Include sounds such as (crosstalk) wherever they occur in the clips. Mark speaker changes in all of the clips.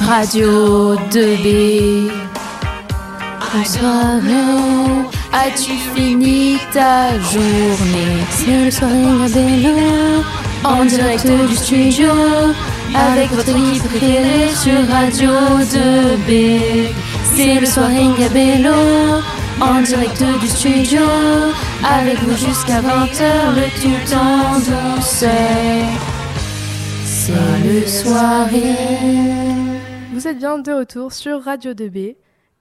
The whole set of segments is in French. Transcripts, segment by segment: Speaker 1: Radio 2B. Bonsoir, as-tu fini ta journée C'est le soir à Bello, hein. en direct du studio, avec votre équipe préférée sur Radio 2B. C'est le soir à Bello, hein. en direct du studio, avec vous jusqu'à 20h, le tout en douceur. C'est le soirée.
Speaker 2: Vous êtes bien de retour sur Radio 2B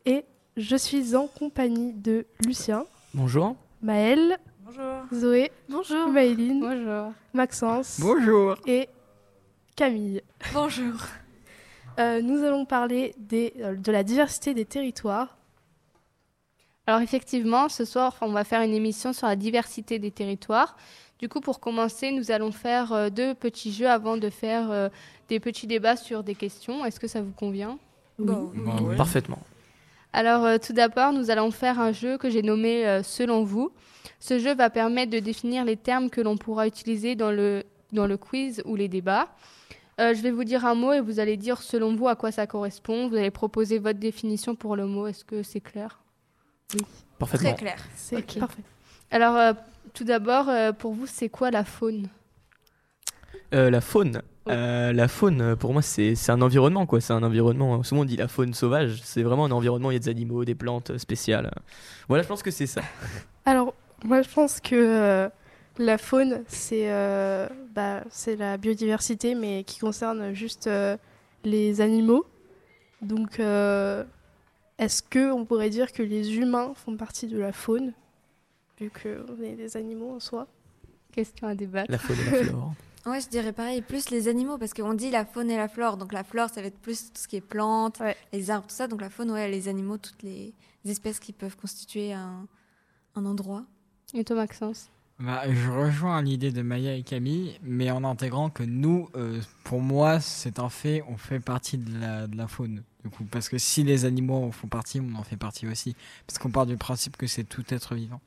Speaker 2: et je suis en compagnie de Lucien,
Speaker 3: Bonjour.
Speaker 2: Maël,
Speaker 4: Bonjour.
Speaker 2: Zoé,
Speaker 4: Bonjour.
Speaker 2: Maëline,
Speaker 4: Bonjour.
Speaker 2: Maxence
Speaker 3: Bonjour.
Speaker 2: et Camille.
Speaker 4: Bonjour.
Speaker 2: Euh, nous allons parler des- euh, de la diversité des territoires.
Speaker 5: Alors effectivement, ce soir, on va faire une émission sur la diversité des territoires. Du coup, pour commencer, nous allons faire euh, deux petits jeux avant de faire euh, des petits débats sur des questions. Est-ce que ça vous convient
Speaker 4: Bon.
Speaker 3: Ah Parfaitement.
Speaker 5: Alors euh, tout d'abord, nous allons faire un jeu que j'ai nommé euh, Selon vous. Ce jeu va permettre de définir les termes que l'on pourra utiliser dans le, dans le quiz ou les débats. Euh, je vais vous dire un mot et vous allez dire selon vous à quoi ça correspond. Vous allez proposer votre définition pour le mot. Est-ce que c'est clair
Speaker 3: Parfaitement.
Speaker 4: Très clair.
Speaker 2: C'est
Speaker 5: Ok.
Speaker 2: parfait.
Speaker 5: Alors, euh, tout d'abord, euh, pour vous, c'est quoi la faune
Speaker 3: Euh, la faune.
Speaker 5: Oui.
Speaker 3: Euh, la faune, euh, pour moi, c'est c'est un environnement, quoi. C'est un environnement. euh, Souvent, on dit la faune sauvage. C'est vraiment un environnement. Il y a des animaux, des plantes euh, spéciales. Voilà, je pense que c'est ça.
Speaker 2: Alors, moi je pense que euh, la faune, c'est euh, bah, c'est la biodiversité, mais qui concerne juste euh, les animaux. Donc, euh, est-ce que on pourrait dire que les humains font partie de la faune, vu qu'on est des animaux en soi
Speaker 5: Question à débattre.
Speaker 3: La faune et la flore.
Speaker 4: Ouais, je dirais pareil, plus les animaux, parce qu'on dit la faune et la flore. Donc la flore, ça va être plus tout ce qui est plantes,
Speaker 2: Ouais.
Speaker 4: les arbres, tout ça. Donc la faune, ouais, les animaux, toutes les espèces qui peuvent constituer un, un endroit.
Speaker 5: Et toi, Maxence
Speaker 6: Bah, je rejoins l'idée de Maya et Camille, mais en intégrant que nous, euh, pour moi, c'est un fait, on fait partie de la, de la faune. Du coup, parce que si les animaux en font partie, on en fait partie aussi. Parce qu'on part du principe que c'est tout être vivant.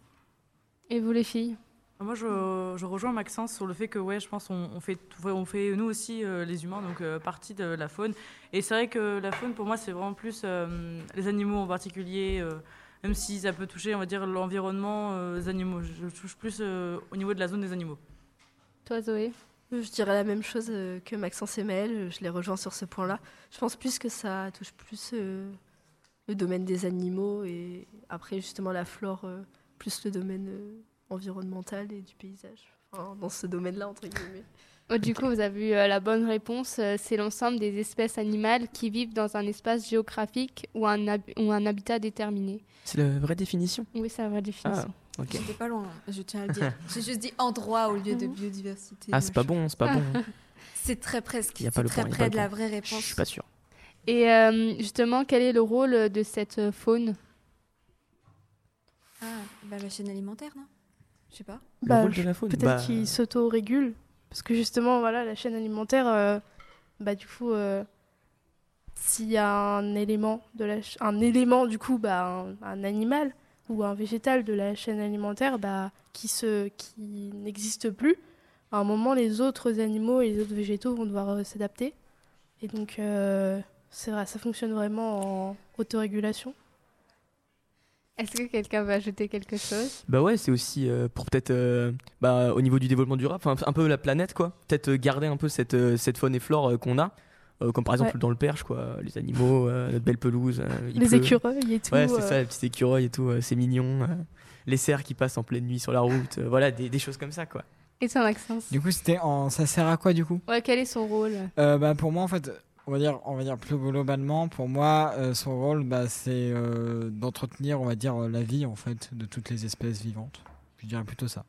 Speaker 5: Et vous, les filles
Speaker 7: Ah, Moi, je, je rejoins Maxence sur le fait que, ouais, je pense on, on fait, tout- on fait nous aussi euh, les humains donc euh, partie de la faune. Et c'est vrai que la faune, pour moi, c'est vraiment plus euh, les animaux en particulier, euh, même si ça peut toucher, on va dire, l'environnement euh, des animaux. Je, je touche plus euh, au niveau de la zone des animaux.
Speaker 5: Toi, Zoé
Speaker 8: Je dirais la même chose euh, que Maxence et Maël, euh, je les rejoins sur ce point-là. Je pense plus que ça touche plus euh, le domaine des animaux et après justement la flore, euh, plus le domaine euh, environnemental et du paysage. Enfin, dans ce domaine-là, entre guillemets.
Speaker 5: Oh, Du coup, vous avez eu euh, la bonne réponse. Euh, c'est l'ensemble des espèces animales qui vivent dans un espace géographique ou un, hab- ou un habitat déterminé. Ah.
Speaker 3: C'est la vraie définition.
Speaker 5: Oui, c'est la vraie définition.
Speaker 3: Ok.
Speaker 4: J'étais pas loin, hein, je tiens à
Speaker 3: (laughs)
Speaker 4: le dire. J'ai juste dit endroit au lieu de biodiversité.
Speaker 3: Ah, c'est pas bon, c'est pas bon.
Speaker 4: C'est très presque.
Speaker 3: Y a pas
Speaker 4: c'est
Speaker 3: le
Speaker 4: très
Speaker 3: point, y a pas
Speaker 4: près
Speaker 3: le
Speaker 4: de la
Speaker 3: point.
Speaker 4: vraie
Speaker 3: Je
Speaker 4: réponse.
Speaker 3: suis pas sûr.
Speaker 5: Et euh, justement, quel est le rôle de cette euh, faune
Speaker 4: Ah, bah, la chaîne alimentaire, non Je sais pas.
Speaker 3: Le
Speaker 2: Bah,
Speaker 3: rôle de la faune.
Speaker 2: Peut-être
Speaker 3: bah,
Speaker 2: qu'ils s'auto-régulent, parce que justement, voilà, la chaîne alimentaire, euh, bah du coup, euh, s'il y a un élément de la, ch- un élément du coup, bah un, un animal ou un végétal de la chaîne alimentaire, bah qui se, qui n'existe plus, à un moment, les autres animaux et les autres végétaux vont devoir euh, s'adapter, et donc euh, c'est vrai, ça fonctionne vraiment en autorégulation.
Speaker 5: Est-ce que quelqu'un veut ajouter quelque chose
Speaker 3: Bah ouais, c'est aussi euh, pour peut-être euh, bah, au niveau du développement durable, enfin, un peu la planète quoi. Peut-être euh, garder un peu cette, euh, cette faune et flore euh, qu'on a, Euh, comme par exemple dans le Perche quoi, les animaux, euh, notre belle pelouse, euh, il
Speaker 2: les
Speaker 3: pleut.
Speaker 2: écureuils et tout.
Speaker 3: Ouais, c'est
Speaker 2: euh,
Speaker 3: ça, les petits écureuils et tout, euh, c'est mignon. euh, les cerfs qui passent en pleine nuit sur la route, euh, voilà, des, des choses comme ça quoi.
Speaker 5: Et toi, Maxence
Speaker 6: Du coup, c'était en. Ça sert à quoi, du coup
Speaker 5: ouais, Quel est son rôle
Speaker 6: Euh, bah, pour moi en fait on va dire on va dire plus globalement pour moi euh, son rôle bah, c'est euh, d'entretenir on va dire euh, la vie en fait de toutes les espèces vivantes je dirais plutôt ça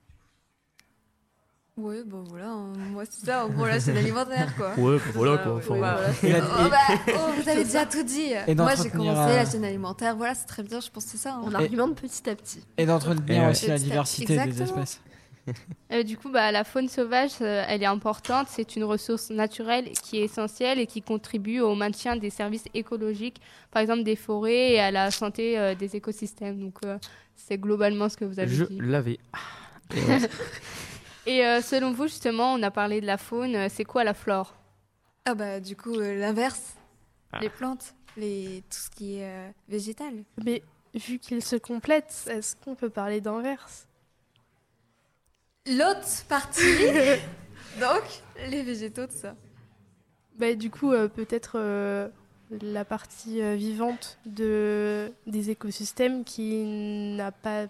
Speaker 4: Ouais, bon voilà, hein, moi c'est ça, en gros là c'est l'alimentaire
Speaker 3: (laughs)
Speaker 4: quoi.
Speaker 3: Ouais, bah
Speaker 7: voilà, quoi, enfin,
Speaker 3: euh,
Speaker 6: et, la-
Speaker 4: Oh,
Speaker 6: et-
Speaker 4: bah, oh, vous avez déjà tout dit.
Speaker 6: Et
Speaker 4: Moi j'ai
Speaker 6: d'entretenir,
Speaker 4: commencé
Speaker 6: euh,
Speaker 4: la chaîne alimentaire, voilà c'est très bien, je pense que c'est ça. hein.
Speaker 8: On argumente petit à petit.
Speaker 6: et d'entretenir
Speaker 3: Et-
Speaker 6: aussi la
Speaker 4: Exact-
Speaker 6: diversité des
Speaker 4: exactement.
Speaker 6: espèces
Speaker 5: Euh, du coup, bah, la faune sauvage, euh, elle est importante. C'est une ressource naturelle qui est essentielle et qui contribue au maintien des services écologiques, par exemple des forêts et à la santé euh, des écosystèmes. Donc, euh, c'est globalement ce que vous avez
Speaker 3: Je
Speaker 5: dit.
Speaker 3: l'avais. ah,
Speaker 4: (laughs)
Speaker 3: euh,
Speaker 5: Et euh, selon vous, justement, on a parlé de la faune. euh, C'est quoi la flore
Speaker 4: Ah bah du coup euh, l'inverse. les plantes, les... tout ce qui est euh, végétal.
Speaker 2: Mais vu qu'ils se complètent, est-ce qu'on peut parler d'inverse
Speaker 4: L'autre
Speaker 3: (laughs)
Speaker 4: partie, donc les végétaux, tout ça.
Speaker 2: Bah, du coup, euh, peut-être euh, la partie euh, vivante de, des écosystèmes qui n'a pas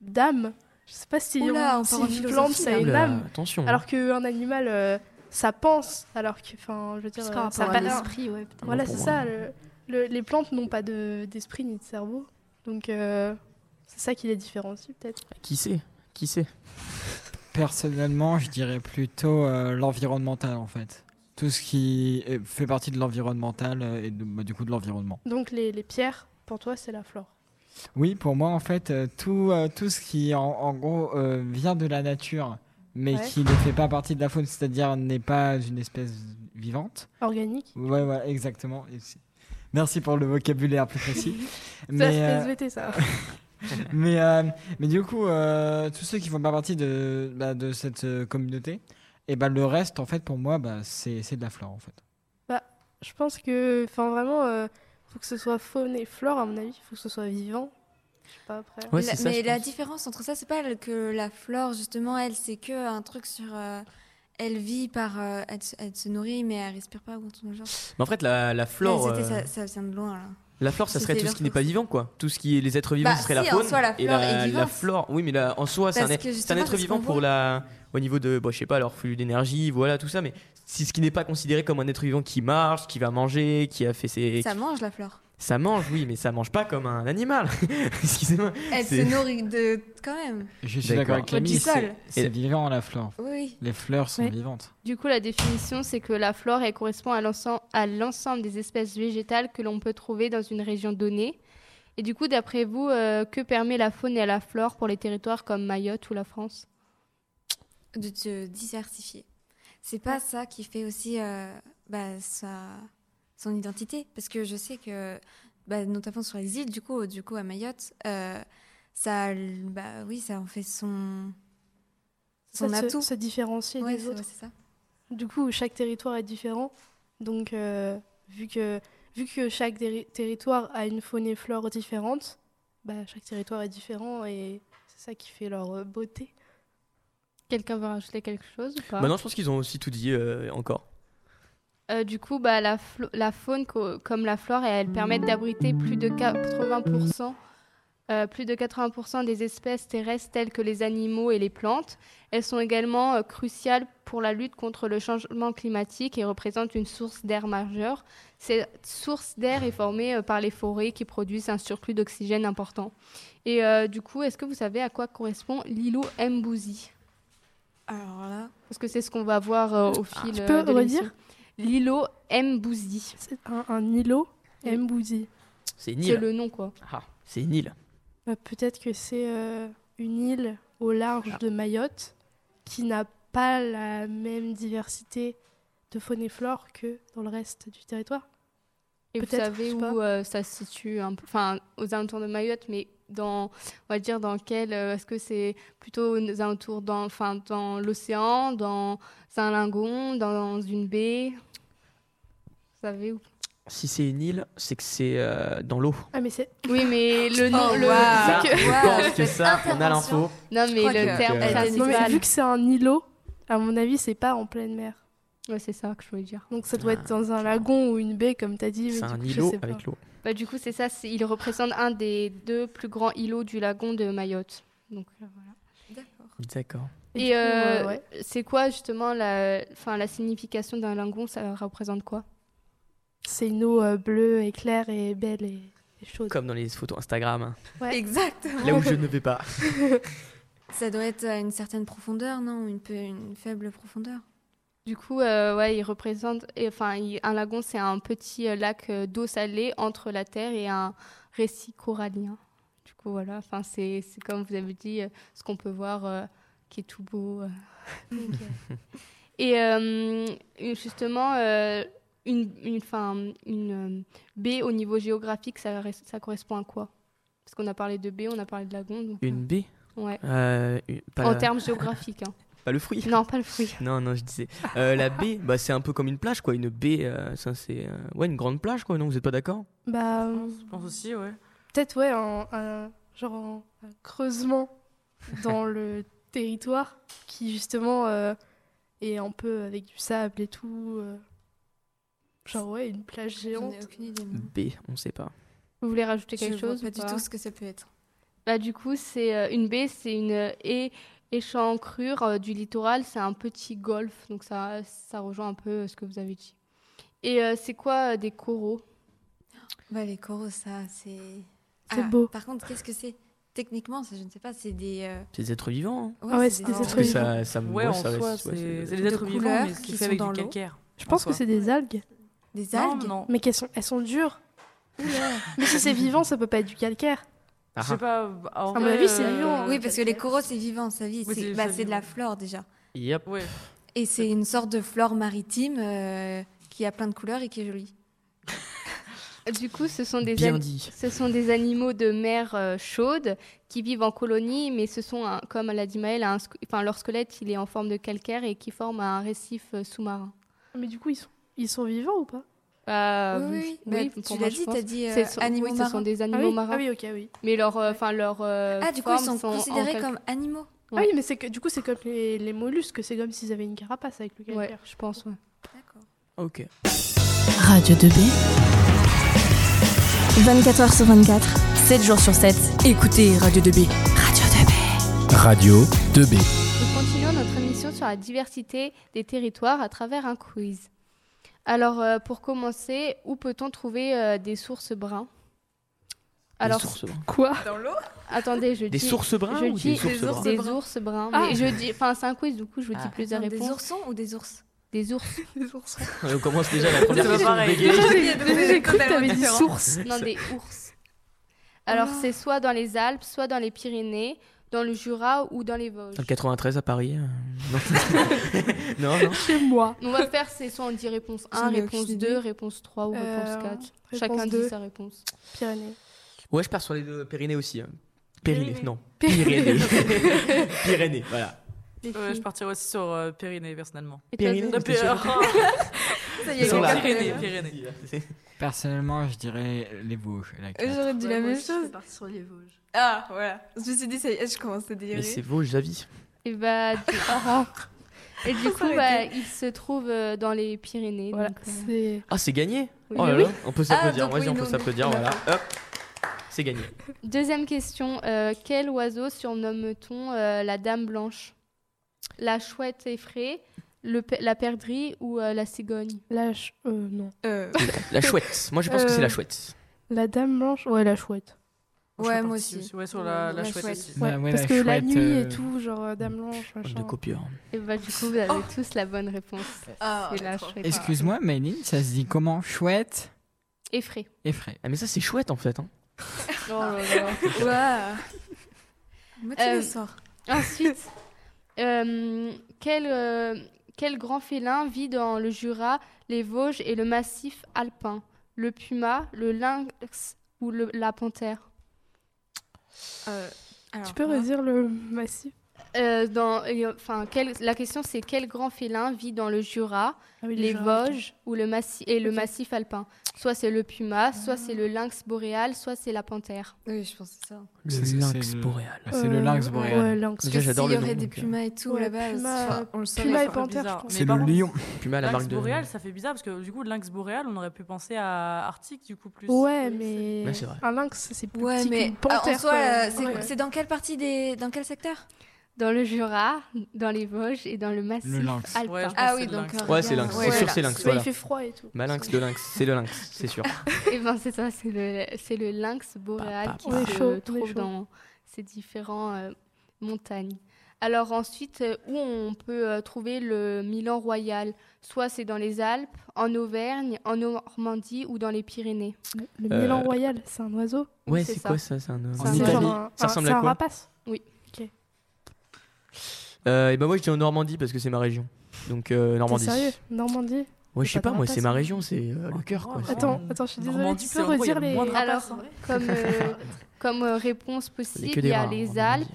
Speaker 2: d'âme. Je sais pas si,
Speaker 4: Oula, on
Speaker 2: si
Speaker 4: part en
Speaker 2: une plante,
Speaker 4: philosophie,
Speaker 2: ça a
Speaker 8: hein.
Speaker 4: là.
Speaker 2: une
Speaker 3: Oula,
Speaker 2: âme.
Speaker 3: Attention.
Speaker 2: Alors qu'un animal, euh, ça pense. Alors que, enfin, je veux dire,
Speaker 8: Parce
Speaker 2: euh,
Speaker 8: qu'en rapport
Speaker 2: ça a
Speaker 8: à
Speaker 2: pas d'âme.
Speaker 8: l'esprit, ouais, peut-être.
Speaker 2: Voilà,
Speaker 3: hein, pour
Speaker 2: c'est
Speaker 3: moi.
Speaker 2: ça. le- le- les plantes n'ont pas de- d'esprit ni de cerveau. Donc, euh, c'est ça qui les différencie, peut-être.
Speaker 3: Qui sait Qui sait
Speaker 6: Personnellement, je dirais plutôt euh, l'environnemental en fait. Tout ce qui euh, fait partie de l'environnemental euh, et de- bah, du coup de l'environnement.
Speaker 2: Donc, les, les pierres, pour toi, c'est la flore.
Speaker 6: Oui, pour moi en fait, euh, tout, euh, tout ce qui en, en gros euh, vient de la nature mais
Speaker 2: Ouais.
Speaker 6: qui ne fait pas partie de la faune, c'est-à-dire n'est pas une espèce vivante.
Speaker 2: Organique.
Speaker 6: Ouais, ouais, exactement. Et c'est- Merci pour le vocabulaire plus précis.
Speaker 2: (laughs) Ça,
Speaker 6: mais,
Speaker 2: c'est
Speaker 6: euh,
Speaker 2: SVT, ça.
Speaker 6: mais, euh, mais du coup, euh, tous ceux qui font pas partie de, bah, de cette euh, communauté, et ben le reste, en fait, pour moi, bah, c'est c'est de la flore, en fait.
Speaker 2: Je pense que, enfin, vraiment, euh, faut que ce soit faune et flore, à mon avis, faut que ce soit vivant. Je sais pas après.
Speaker 3: Ouais,
Speaker 4: La-
Speaker 3: c'est ça,
Speaker 4: mais
Speaker 3: je
Speaker 4: la
Speaker 3: pense.
Speaker 4: différence entre ça, c'est pas le- que la flore, justement, elle, c'est que un truc sur. euh, elle vit par. euh, elle, se- elle se nourrit, mais elle respire pas ou un truc dans le genre.
Speaker 3: Mais en fait, la, la flore,
Speaker 4: Mais c'était-
Speaker 3: euh,
Speaker 4: ça, ça vient de loin, là.
Speaker 3: la flore, ça serait
Speaker 4: c'était
Speaker 3: tout ce
Speaker 4: leur
Speaker 3: qui n'est pas
Speaker 4: force.
Speaker 3: vivant, quoi. Tout ce qui est les êtres vivants,
Speaker 4: Bah,
Speaker 3: ce serait
Speaker 4: si,
Speaker 3: la
Speaker 4: en
Speaker 3: faune.
Speaker 4: soi, la
Speaker 3: et
Speaker 4: flore
Speaker 3: la,
Speaker 4: est
Speaker 3: la
Speaker 4: vivante.
Speaker 3: flore, oui, mais la- en soi, c'est un,
Speaker 4: Parce que
Speaker 3: être- c'est un
Speaker 4: justement,
Speaker 3: être
Speaker 4: c'est ce
Speaker 3: vivant
Speaker 4: qu'on
Speaker 3: pour
Speaker 4: voit.
Speaker 3: la, au niveau de, bon, je sais pas, leur flux d'énergie, voilà, tout ça. Mais si ce qui n'est pas considéré comme un être vivant qui marche, qui va manger, qui a fait ses,
Speaker 4: Ça mange la flore.
Speaker 3: (laughs) ça mange, oui, mais ça mange pas comme un animal. (laughs) Excusez-moi.
Speaker 4: Elle
Speaker 3: C'est-
Speaker 4: se nourrit de. quand même.
Speaker 6: Je suis d'accord
Speaker 3: D'accord.
Speaker 6: avec
Speaker 4: Au
Speaker 6: Camille,
Speaker 4: sol.
Speaker 6: c'est c'est vivant, la flore.
Speaker 4: Oui, oui.
Speaker 6: Les fleurs sont
Speaker 5: Ouais.
Speaker 6: vivantes.
Speaker 5: Du coup, la définition, c'est que la flore, elle correspond à l'ensemble- à l'ensemble des espèces végétales que l'on peut trouver dans une région donnée. Et du coup, d'après vous, euh, que permet la faune et la flore pour les territoires comme Mayotte ou la France
Speaker 4: de te diversifier. C'est pas ça qui fait aussi euh, bah, sa- son identité. Parce que je sais que, bah, notamment sur les îles, du coup, du coup à Mayotte, euh, ça, bah, oui, ça en fait son,
Speaker 2: Ça,
Speaker 4: son
Speaker 2: se-
Speaker 4: atout.
Speaker 2: Se, différencier
Speaker 4: Ouais,
Speaker 2: des
Speaker 4: c'est
Speaker 2: autres.
Speaker 4: c'est ça.
Speaker 2: Du coup, chaque territoire est différent. Donc, euh, vu, que, vu que chaque déri- territoire a une faune et flore différentes, bah, chaque territoire est différent et c'est ça qui fait leur euh, beauté.
Speaker 5: Quelqu'un veut rajouter quelque chose ou pas
Speaker 3: Maintenant, Bah je pense qu'ils ont aussi tout dit euh, encore.
Speaker 5: Euh, du coup, bah, la, flo- la faune co- comme la flore, elles permettent d'abriter plus de 80%, euh, plus de 80% des espèces terrestres telles que les animaux et les plantes. Elles sont également euh, cruciales pour la lutte contre le changement climatique et représentent une source d'air majeure. Cette source d'air est formée euh, par les forêts qui produisent un surplus d'oxygène important. Et euh, du coup, est-ce que vous savez à quoi correspond l'îlot Mbouzi
Speaker 4: Alors là,
Speaker 5: Parce que c'est ce qu'on va voir euh, au fil
Speaker 2: Ah, tu
Speaker 5: euh,
Speaker 2: peux
Speaker 5: de l'émission.
Speaker 2: redire
Speaker 5: L'îlot Mbouzi.
Speaker 2: C'est un, un îlot,
Speaker 5: Oui.
Speaker 2: Mbouzi.
Speaker 3: C'est une
Speaker 5: C'est
Speaker 3: île.
Speaker 5: le nom, quoi.
Speaker 3: Ah, c'est une île.
Speaker 2: Bah, Peut-être que c'est euh, une île au
Speaker 3: Ah.
Speaker 2: large de Mayotte qui n'a pas la même diversité de faune et flore que dans le reste du territoire.
Speaker 5: Et vous
Speaker 2: Peut-être, je
Speaker 5: savez
Speaker 2: sais
Speaker 5: où
Speaker 2: pas.
Speaker 5: euh, ça se situe un peu- Enfin, aux alentours de Mayotte, mais dans, on va dire, dans quel euh, Est-ce que c'est plutôt aux alentours dans, enfin, dans l'océan, dans un lingon, dans une baie Vous savez où
Speaker 3: Si c'est une île, c'est que c'est euh, dans l'eau.
Speaker 2: Ah, mais c'est
Speaker 5: Oui,
Speaker 2: (laughs)
Speaker 5: mais le nom,
Speaker 4: Oh,
Speaker 5: le-
Speaker 4: waouh.
Speaker 3: Ça,
Speaker 4: que-
Speaker 3: je
Speaker 4: Waouh,
Speaker 3: pense que ça, on a l'info.
Speaker 5: non mais
Speaker 4: crois
Speaker 5: le
Speaker 4: que-
Speaker 5: terme
Speaker 3: Elle était-
Speaker 2: Non, mais
Speaker 5: principal.
Speaker 2: vu que c'est un îlot, à mon avis, c'est pas en pleine mer.
Speaker 5: Ouais, c'est ça que je voulais dire.
Speaker 2: Donc ça doit être dans un lagon ou une baie, comme t'as dit. mais
Speaker 3: Ah,
Speaker 2: du
Speaker 3: C'est un
Speaker 2: coup, je
Speaker 3: îlot
Speaker 2: sais pas.
Speaker 3: avec l'eau.
Speaker 5: Bah, du coup, c'est ça. c'est- Il représente un des deux plus grands îlots du lagon de Mayotte. Donc euh, voilà.
Speaker 4: d'accord.
Speaker 3: D'accord.
Speaker 2: du
Speaker 5: Et,
Speaker 2: coup,
Speaker 5: euh,
Speaker 2: euh, ouais.
Speaker 5: c'est quoi justement la, enfin, la signification d'un lingon Ça représente quoi
Speaker 2: C'est une eau euh, bleue et claire et belle et, et chaude.
Speaker 3: Comme dans les photos Instagram, hein.
Speaker 2: Ouais.
Speaker 4: Exactement.
Speaker 3: là où je ne vais pas.
Speaker 4: Ça doit être à une certaine profondeur, non une, peu- une faible profondeur.
Speaker 5: Du coup, euh, ouais, il représente, et, enfin, il- un lagon, c'est un petit euh, lac euh, d'eau salée entre la terre et un récit corallien. Du coup, voilà. Enfin, c'est, c'est comme vous avez dit, euh, ce qu'on peut voir euh, qui est tout beau. euh. (laughs) Et euh, une- justement, euh, une, une, enfin, une euh, baie au niveau géographique, ça, reste- ça correspond à quoi Parce qu'on a parlé de baie, on a parlé de lagon. donc,
Speaker 3: Une baie
Speaker 5: euh, ouais.
Speaker 3: Euh, une- pas-
Speaker 5: En termes géographiques. hein.
Speaker 3: Pas le fruit
Speaker 5: (laughs) Non, pas le fruit.
Speaker 3: Non, non, je disais. Euh, la baie, bah, c'est un peu comme une plage, quoi. Une baie, euh, ça, c'est. euh, Ouais, une grande plage, quoi. Non, vous êtes pas d'accord
Speaker 2: Bah, euh,
Speaker 7: Je pense aussi, ouais.
Speaker 2: peut-être, ouais, un, un- genre un, un creusement dans (laughs) le territoire qui, justement, euh, est un peu avec du sable et tout. euh. Genre, ouais, une plage
Speaker 4: J'en
Speaker 2: géante.
Speaker 5: euh,
Speaker 4: ai aucune idée. moi.
Speaker 3: Baie, on sait pas.
Speaker 5: Vous voulez rajouter
Speaker 4: Je
Speaker 5: quelque
Speaker 4: vois
Speaker 5: chose
Speaker 4: pas
Speaker 5: ou
Speaker 4: du tout ce que ça peut être.
Speaker 5: Bah, du coup, c'est euh, une baie, c'est une euh, haie échancrure euh, du littoral, c'est un petit golfe, donc ça, ça rejoint un peu euh, ce que vous avez dit. Et euh, c'est quoi euh, des coraux
Speaker 4: Bah, les coraux, ça, c'est. Ah,
Speaker 2: C'est beau.
Speaker 4: Par contre, qu'est-ce que c'est Techniquement, ça, je ne sais pas, c'est des. euh,
Speaker 3: C'est des êtres vivants. hein.
Speaker 2: Ah ouais,
Speaker 4: c'est
Speaker 2: c'est des
Speaker 4: des
Speaker 3: Parce
Speaker 2: êtres
Speaker 3: que
Speaker 2: vivants.
Speaker 3: ça, ça me
Speaker 7: Ouais, en
Speaker 3: ça,
Speaker 7: soi,
Speaker 3: ouais,
Speaker 7: c'est c'est
Speaker 3: c'est-
Speaker 7: les êtres
Speaker 4: de
Speaker 7: vivants,
Speaker 4: couleurs
Speaker 7: mais c'est
Speaker 4: qui
Speaker 7: fait
Speaker 4: sont
Speaker 7: avec
Speaker 4: dans
Speaker 7: du
Speaker 4: l'eau.
Speaker 7: calcaire.
Speaker 2: Je pense que c'est des algues,
Speaker 4: Des
Speaker 7: Non,
Speaker 4: algues
Speaker 7: non.
Speaker 2: mais qu'elles sont, elles sont dures. (laughs) mais si c'est vivant, ça peut pas être du calcaire.
Speaker 3: Ah,
Speaker 7: Je sais pas. bah, en
Speaker 2: À mon
Speaker 7: vrai,
Speaker 2: avis, c'est
Speaker 7: euh,
Speaker 2: vivant,
Speaker 4: Oui, parce que les coraux, c'est vivant, ça vit.
Speaker 7: Oui,
Speaker 4: c'est
Speaker 7: c'est-
Speaker 4: bah,
Speaker 7: ça
Speaker 4: c'est
Speaker 7: vit,
Speaker 4: de la
Speaker 7: oui.
Speaker 4: flore déjà.
Speaker 3: Yep.
Speaker 7: Ouais.
Speaker 4: Et c'est une sorte de flore maritime euh, qui a plein de couleurs et qui est jolie.
Speaker 5: Du coup, ce sont des,
Speaker 3: Bien
Speaker 5: ani-
Speaker 3: dit.
Speaker 5: ce sont des animaux de mer euh, chaude qui vivent en colonie, mais ce sont, un- comme l'a dit Maëlle, un squ- enfin, leur squelette il est en forme de calcaire et qui forme un récif euh, sous-marin.
Speaker 2: Mais du coup, ils sont, ils sont vivants ou pas
Speaker 5: Euh,
Speaker 4: bah,
Speaker 5: pour
Speaker 4: tu
Speaker 5: moi,
Speaker 4: l'as
Speaker 5: je
Speaker 4: dit,
Speaker 5: pense.
Speaker 4: t'as dit euh,
Speaker 5: C'est- ce sont-
Speaker 4: animaux
Speaker 5: oui, ce sont
Speaker 4: marins.
Speaker 5: des
Speaker 2: ah
Speaker 5: animaux
Speaker 2: oui,
Speaker 5: marins.
Speaker 2: ah oui, ok, oui.
Speaker 5: Mais leur, euh, enfin leur. euh,
Speaker 4: Ah, du coup, ils
Speaker 5: forme
Speaker 4: sont
Speaker 5: en
Speaker 4: considérés
Speaker 5: calcaire.
Speaker 4: comme animaux.
Speaker 2: Ah oui, mais c'est que, du coup, c'est comme les, les mollusques, c'est comme s'ils avaient une carapace avec le
Speaker 5: Ouais, (laughs)
Speaker 2: calcaire.
Speaker 5: je pense. ouais.
Speaker 4: D'accord.
Speaker 3: Ok.
Speaker 1: Radio 2B.
Speaker 9: 24h sur 24, 7 jours sur 7. Écoutez Radio 2B. Radio 2B.
Speaker 10: Radio 2B.
Speaker 5: Nous continuons notre émission sur la diversité des territoires à travers un quiz. Alors, euh, pour commencer, où peut-on trouver euh, des sources bruns Alors,
Speaker 3: des sources bruns.
Speaker 2: Quoi
Speaker 7: Dans l'eau
Speaker 5: attendez, je
Speaker 3: Des
Speaker 5: dis
Speaker 3: sources bruns
Speaker 5: je
Speaker 3: ou
Speaker 5: dis
Speaker 3: des sources
Speaker 4: des ours
Speaker 3: bruns
Speaker 5: des
Speaker 4: bruns.
Speaker 5: ours bruns.
Speaker 2: Ah.
Speaker 5: mais je dis, enfin, c'est un quiz, du coup, je vous dis plusieurs
Speaker 4: Attends,
Speaker 5: réponses.
Speaker 4: Des oursons ou des ours
Speaker 5: Des
Speaker 4: (laughs)
Speaker 5: ours.
Speaker 3: (laughs) On commence déjà la première
Speaker 7: C'est pas
Speaker 3: question. (laughs)
Speaker 7: pareil.
Speaker 3: bégayée.
Speaker 2: (laughs) J'ai j'ai cru que t'avais dit
Speaker 7: différent.
Speaker 2: source.
Speaker 5: Non, des ours. Alors,
Speaker 4: Oh.
Speaker 5: c'est soit dans les Alpes, soit dans les Pyrénées, dans le Jura ou dans les Vosges.
Speaker 3: Dans le 93 à Paris. euh, (laughs) Non, non. non.
Speaker 2: Chez moi.
Speaker 5: On va faire, c'est soit on dit réponse
Speaker 4: J'en
Speaker 5: 1,
Speaker 4: ai aucune
Speaker 5: réponse
Speaker 4: idée.
Speaker 5: 2, réponse 3 ou
Speaker 2: Euh,
Speaker 5: réponse 4.
Speaker 2: réponse
Speaker 5: Chacun dit
Speaker 2: 2.
Speaker 5: sa réponse.
Speaker 2: Pyrénées.
Speaker 3: Ouais, je pars sur les deux Pyrénées aussi. hein. Pyrénées,
Speaker 7: Pyrénées.
Speaker 3: non. Pyrénées. (laughs) Pyrénées, voilà.
Speaker 5: Les
Speaker 7: Ouais,
Speaker 5: filles.
Speaker 7: je partirais aussi sur euh, Pyrénées, personnellement.
Speaker 5: Et toi,
Speaker 3: Pyrénées.
Speaker 5: Zoé
Speaker 3: Non,
Speaker 7: Pyrénées, (laughs)
Speaker 4: Ça
Speaker 3: Ils sont là.
Speaker 7: Pyrénées, Pyrénées.
Speaker 6: Personnellement, je dirais les Vosges.
Speaker 2: Euh,
Speaker 6: la quatre.
Speaker 4: J'aurais dit
Speaker 8: Ouais,
Speaker 4: la
Speaker 8: moi
Speaker 4: même
Speaker 8: aussi, je suis
Speaker 4: chose.
Speaker 8: partie sur les Vosges.
Speaker 4: Ah, voilà. Je me suis dit, ça y est, je commence à
Speaker 3: Mais c'est
Speaker 4: délirer.
Speaker 3: vos avis.
Speaker 5: Et bah, (laughs) du... et du coup, bah, il se trouve euh, dans les Pyrénées.
Speaker 2: Voilà,
Speaker 5: donc, euh,
Speaker 2: c'est.
Speaker 3: Ah, c'est gagné
Speaker 5: oui.
Speaker 3: Oh là là, on peut s'applaudir.
Speaker 4: donc
Speaker 3: Moi,
Speaker 4: oui,
Speaker 3: on
Speaker 4: nous,
Speaker 3: peut
Speaker 4: on
Speaker 3: s'applaudir,
Speaker 4: a-
Speaker 3: voilà. Hop, c'est gagné.
Speaker 5: Deuxième question euh, quel oiseau surnomme-t-on euh, la Dame Blanche La chouette effrayée, le pe- la perdrix ou euh, la cigogne
Speaker 2: La. ch- euh, non.
Speaker 4: Euh,
Speaker 3: La chouette. Moi, je pense que c'est
Speaker 2: Euh.
Speaker 3: la chouette.
Speaker 2: La dame blanche Ouais, la chouette.
Speaker 7: Je
Speaker 4: Ouais,
Speaker 7: serais
Speaker 4: moi
Speaker 7: partie
Speaker 4: aussi.
Speaker 7: Ouais, sur la, la
Speaker 4: La
Speaker 7: chouette
Speaker 4: chouette.
Speaker 7: aussi.
Speaker 2: Ouais,
Speaker 6: Ouais, ouais,
Speaker 2: parce
Speaker 6: la
Speaker 2: que la
Speaker 6: chouette,
Speaker 2: nuit et
Speaker 6: euh,
Speaker 2: tout, genre euh, dame blanche, machin.
Speaker 3: De copieur.
Speaker 5: Et bah, du coup, vous avez tous la bonne réponse.
Speaker 4: Ah,
Speaker 5: C'est la
Speaker 4: trop.
Speaker 5: chouette
Speaker 6: Excuse-moi, Mayline, ça se dit comment Chouette
Speaker 5: effrayée.
Speaker 6: et frais.
Speaker 3: Ah, mais ça, c'est chouette en fait. hein.
Speaker 5: Oh là là.
Speaker 4: Ouah. Moitié
Speaker 5: Euh,
Speaker 4: de soir.
Speaker 5: Ensuite, euh, quel, euh, quel grand félin vit dans le Jura, les Vosges et le massif alpin Le puma, le lynx ou le- la panthère
Speaker 4: Euh,
Speaker 2: Tu
Speaker 4: Ah.
Speaker 2: peux redire le massif
Speaker 5: Euh, dans, et, euh, enfin, quel- La question, c'est quel grand félin vit dans le Jura,
Speaker 2: Ah oui,
Speaker 5: les
Speaker 2: gens-
Speaker 5: Vosges ou le massi- et le
Speaker 2: Ok.
Speaker 5: massif alpin Soit c'est le puma, soit c'est le lynx boréal, soit c'est la panthère.
Speaker 4: Oui, je pense que c'est ça.
Speaker 6: C'est- c'est
Speaker 3: Le lynx
Speaker 6: le-
Speaker 3: boréal.
Speaker 6: Bah, C'est le
Speaker 2: Euh,
Speaker 6: lynx boréal.
Speaker 2: Ouais, lynx.
Speaker 3: Déjà, j'adore
Speaker 4: S'il
Speaker 3: le
Speaker 4: y aurait
Speaker 3: nom,
Speaker 4: des
Speaker 3: donc, euh,
Speaker 4: pumas et tout
Speaker 2: Ouais,
Speaker 4: là-bas,
Speaker 2: puma-
Speaker 4: enfin, on le saurait.
Speaker 2: Puma et
Speaker 7: Ça fait
Speaker 2: panthère,
Speaker 7: bizarre.
Speaker 2: je
Speaker 7: Mais
Speaker 6: C'est le
Speaker 7: par contre,
Speaker 6: lion.
Speaker 3: Puma, la
Speaker 7: Lynx
Speaker 3: marque de.
Speaker 7: boréal, ça fait bizarre parce que du coup, lynx boréal, on aurait pu penser à Arctique du coup plus.
Speaker 2: Ouais, mais.
Speaker 3: Ouais, c'est vrai.
Speaker 2: Un lynx, c'est plus
Speaker 4: Ouais,
Speaker 2: petit
Speaker 4: mais
Speaker 2: qu'une panthère.
Speaker 4: en soi,
Speaker 2: quoi.
Speaker 4: euh, c'est
Speaker 2: Ouais.
Speaker 4: c'est dans quelle partie des. Dans quel secteur
Speaker 5: Dans le Jura, dans les Vosges et dans le massif
Speaker 6: Le lynx.
Speaker 5: alpin.
Speaker 7: Ouais, je
Speaker 4: Ah oui,
Speaker 7: pense que c'est le
Speaker 4: donc.
Speaker 7: lynx.
Speaker 4: euh,
Speaker 3: Ouais, c'est
Speaker 4: regarde.
Speaker 3: lynx.
Speaker 4: Ouais,
Speaker 3: C'est sûr,
Speaker 4: voilà.
Speaker 3: c'est
Speaker 2: Parce
Speaker 3: lynx.
Speaker 2: que là,
Speaker 3: Voilà.
Speaker 2: Il fait froid et tout.
Speaker 3: Ma lynx de lynx, c'est le lynx, c'est sûr.
Speaker 5: (laughs) Et ben c'est ça, c'est le, c'est le lynx boréal
Speaker 3: Pa, pa,
Speaker 5: qui
Speaker 3: pa.
Speaker 2: On est
Speaker 5: se
Speaker 2: chaud, on est
Speaker 5: trouve
Speaker 2: chaud.
Speaker 5: dans ces différentes montagnes. Alors ensuite, euh, où on peut euh, trouver le Milan royal Soit c'est dans les Alpes, en Auvergne, en Normandie ou dans les Pyrénées.
Speaker 2: Le, le
Speaker 3: Euh,
Speaker 2: Milan Royal, c'est un oiseau.
Speaker 3: Ouais,
Speaker 5: c'est
Speaker 3: c'est
Speaker 5: ça.
Speaker 3: quoi ça C'est un. euh,
Speaker 5: C'est
Speaker 2: C'est
Speaker 6: En
Speaker 2: un-
Speaker 3: c'est
Speaker 6: Italie.
Speaker 2: genre un-
Speaker 3: Ça
Speaker 2: un-
Speaker 3: ressemble
Speaker 2: c'est
Speaker 3: à
Speaker 2: un
Speaker 3: quoi
Speaker 2: rapace.
Speaker 3: Euh, et ben moi je dis en Normandie parce que c'est ma région. Donc euh,
Speaker 2: T'es
Speaker 3: Normandie.
Speaker 2: sérieux Normandie
Speaker 3: Ouais, je sais
Speaker 2: C'est pas
Speaker 3: pas, moi c'est
Speaker 2: Normandie.
Speaker 3: ma région, c'est euh, le cœur quoi.
Speaker 7: Ouais,
Speaker 3: c'est-
Speaker 2: Attends, attends, je suis désolée.
Speaker 7: Normandie,
Speaker 2: Tu
Speaker 7: c'est
Speaker 2: peux
Speaker 7: endroit où il y a
Speaker 2: redire
Speaker 7: le
Speaker 2: les.
Speaker 7: moins de
Speaker 3: (laughs)
Speaker 5: Alors, comme, euh, comme euh, réponse
Speaker 3: Il y a
Speaker 5: possible,
Speaker 3: que
Speaker 5: il
Speaker 3: des
Speaker 5: y a
Speaker 3: rares en
Speaker 5: les
Speaker 3: Normandie.
Speaker 5: Alpes,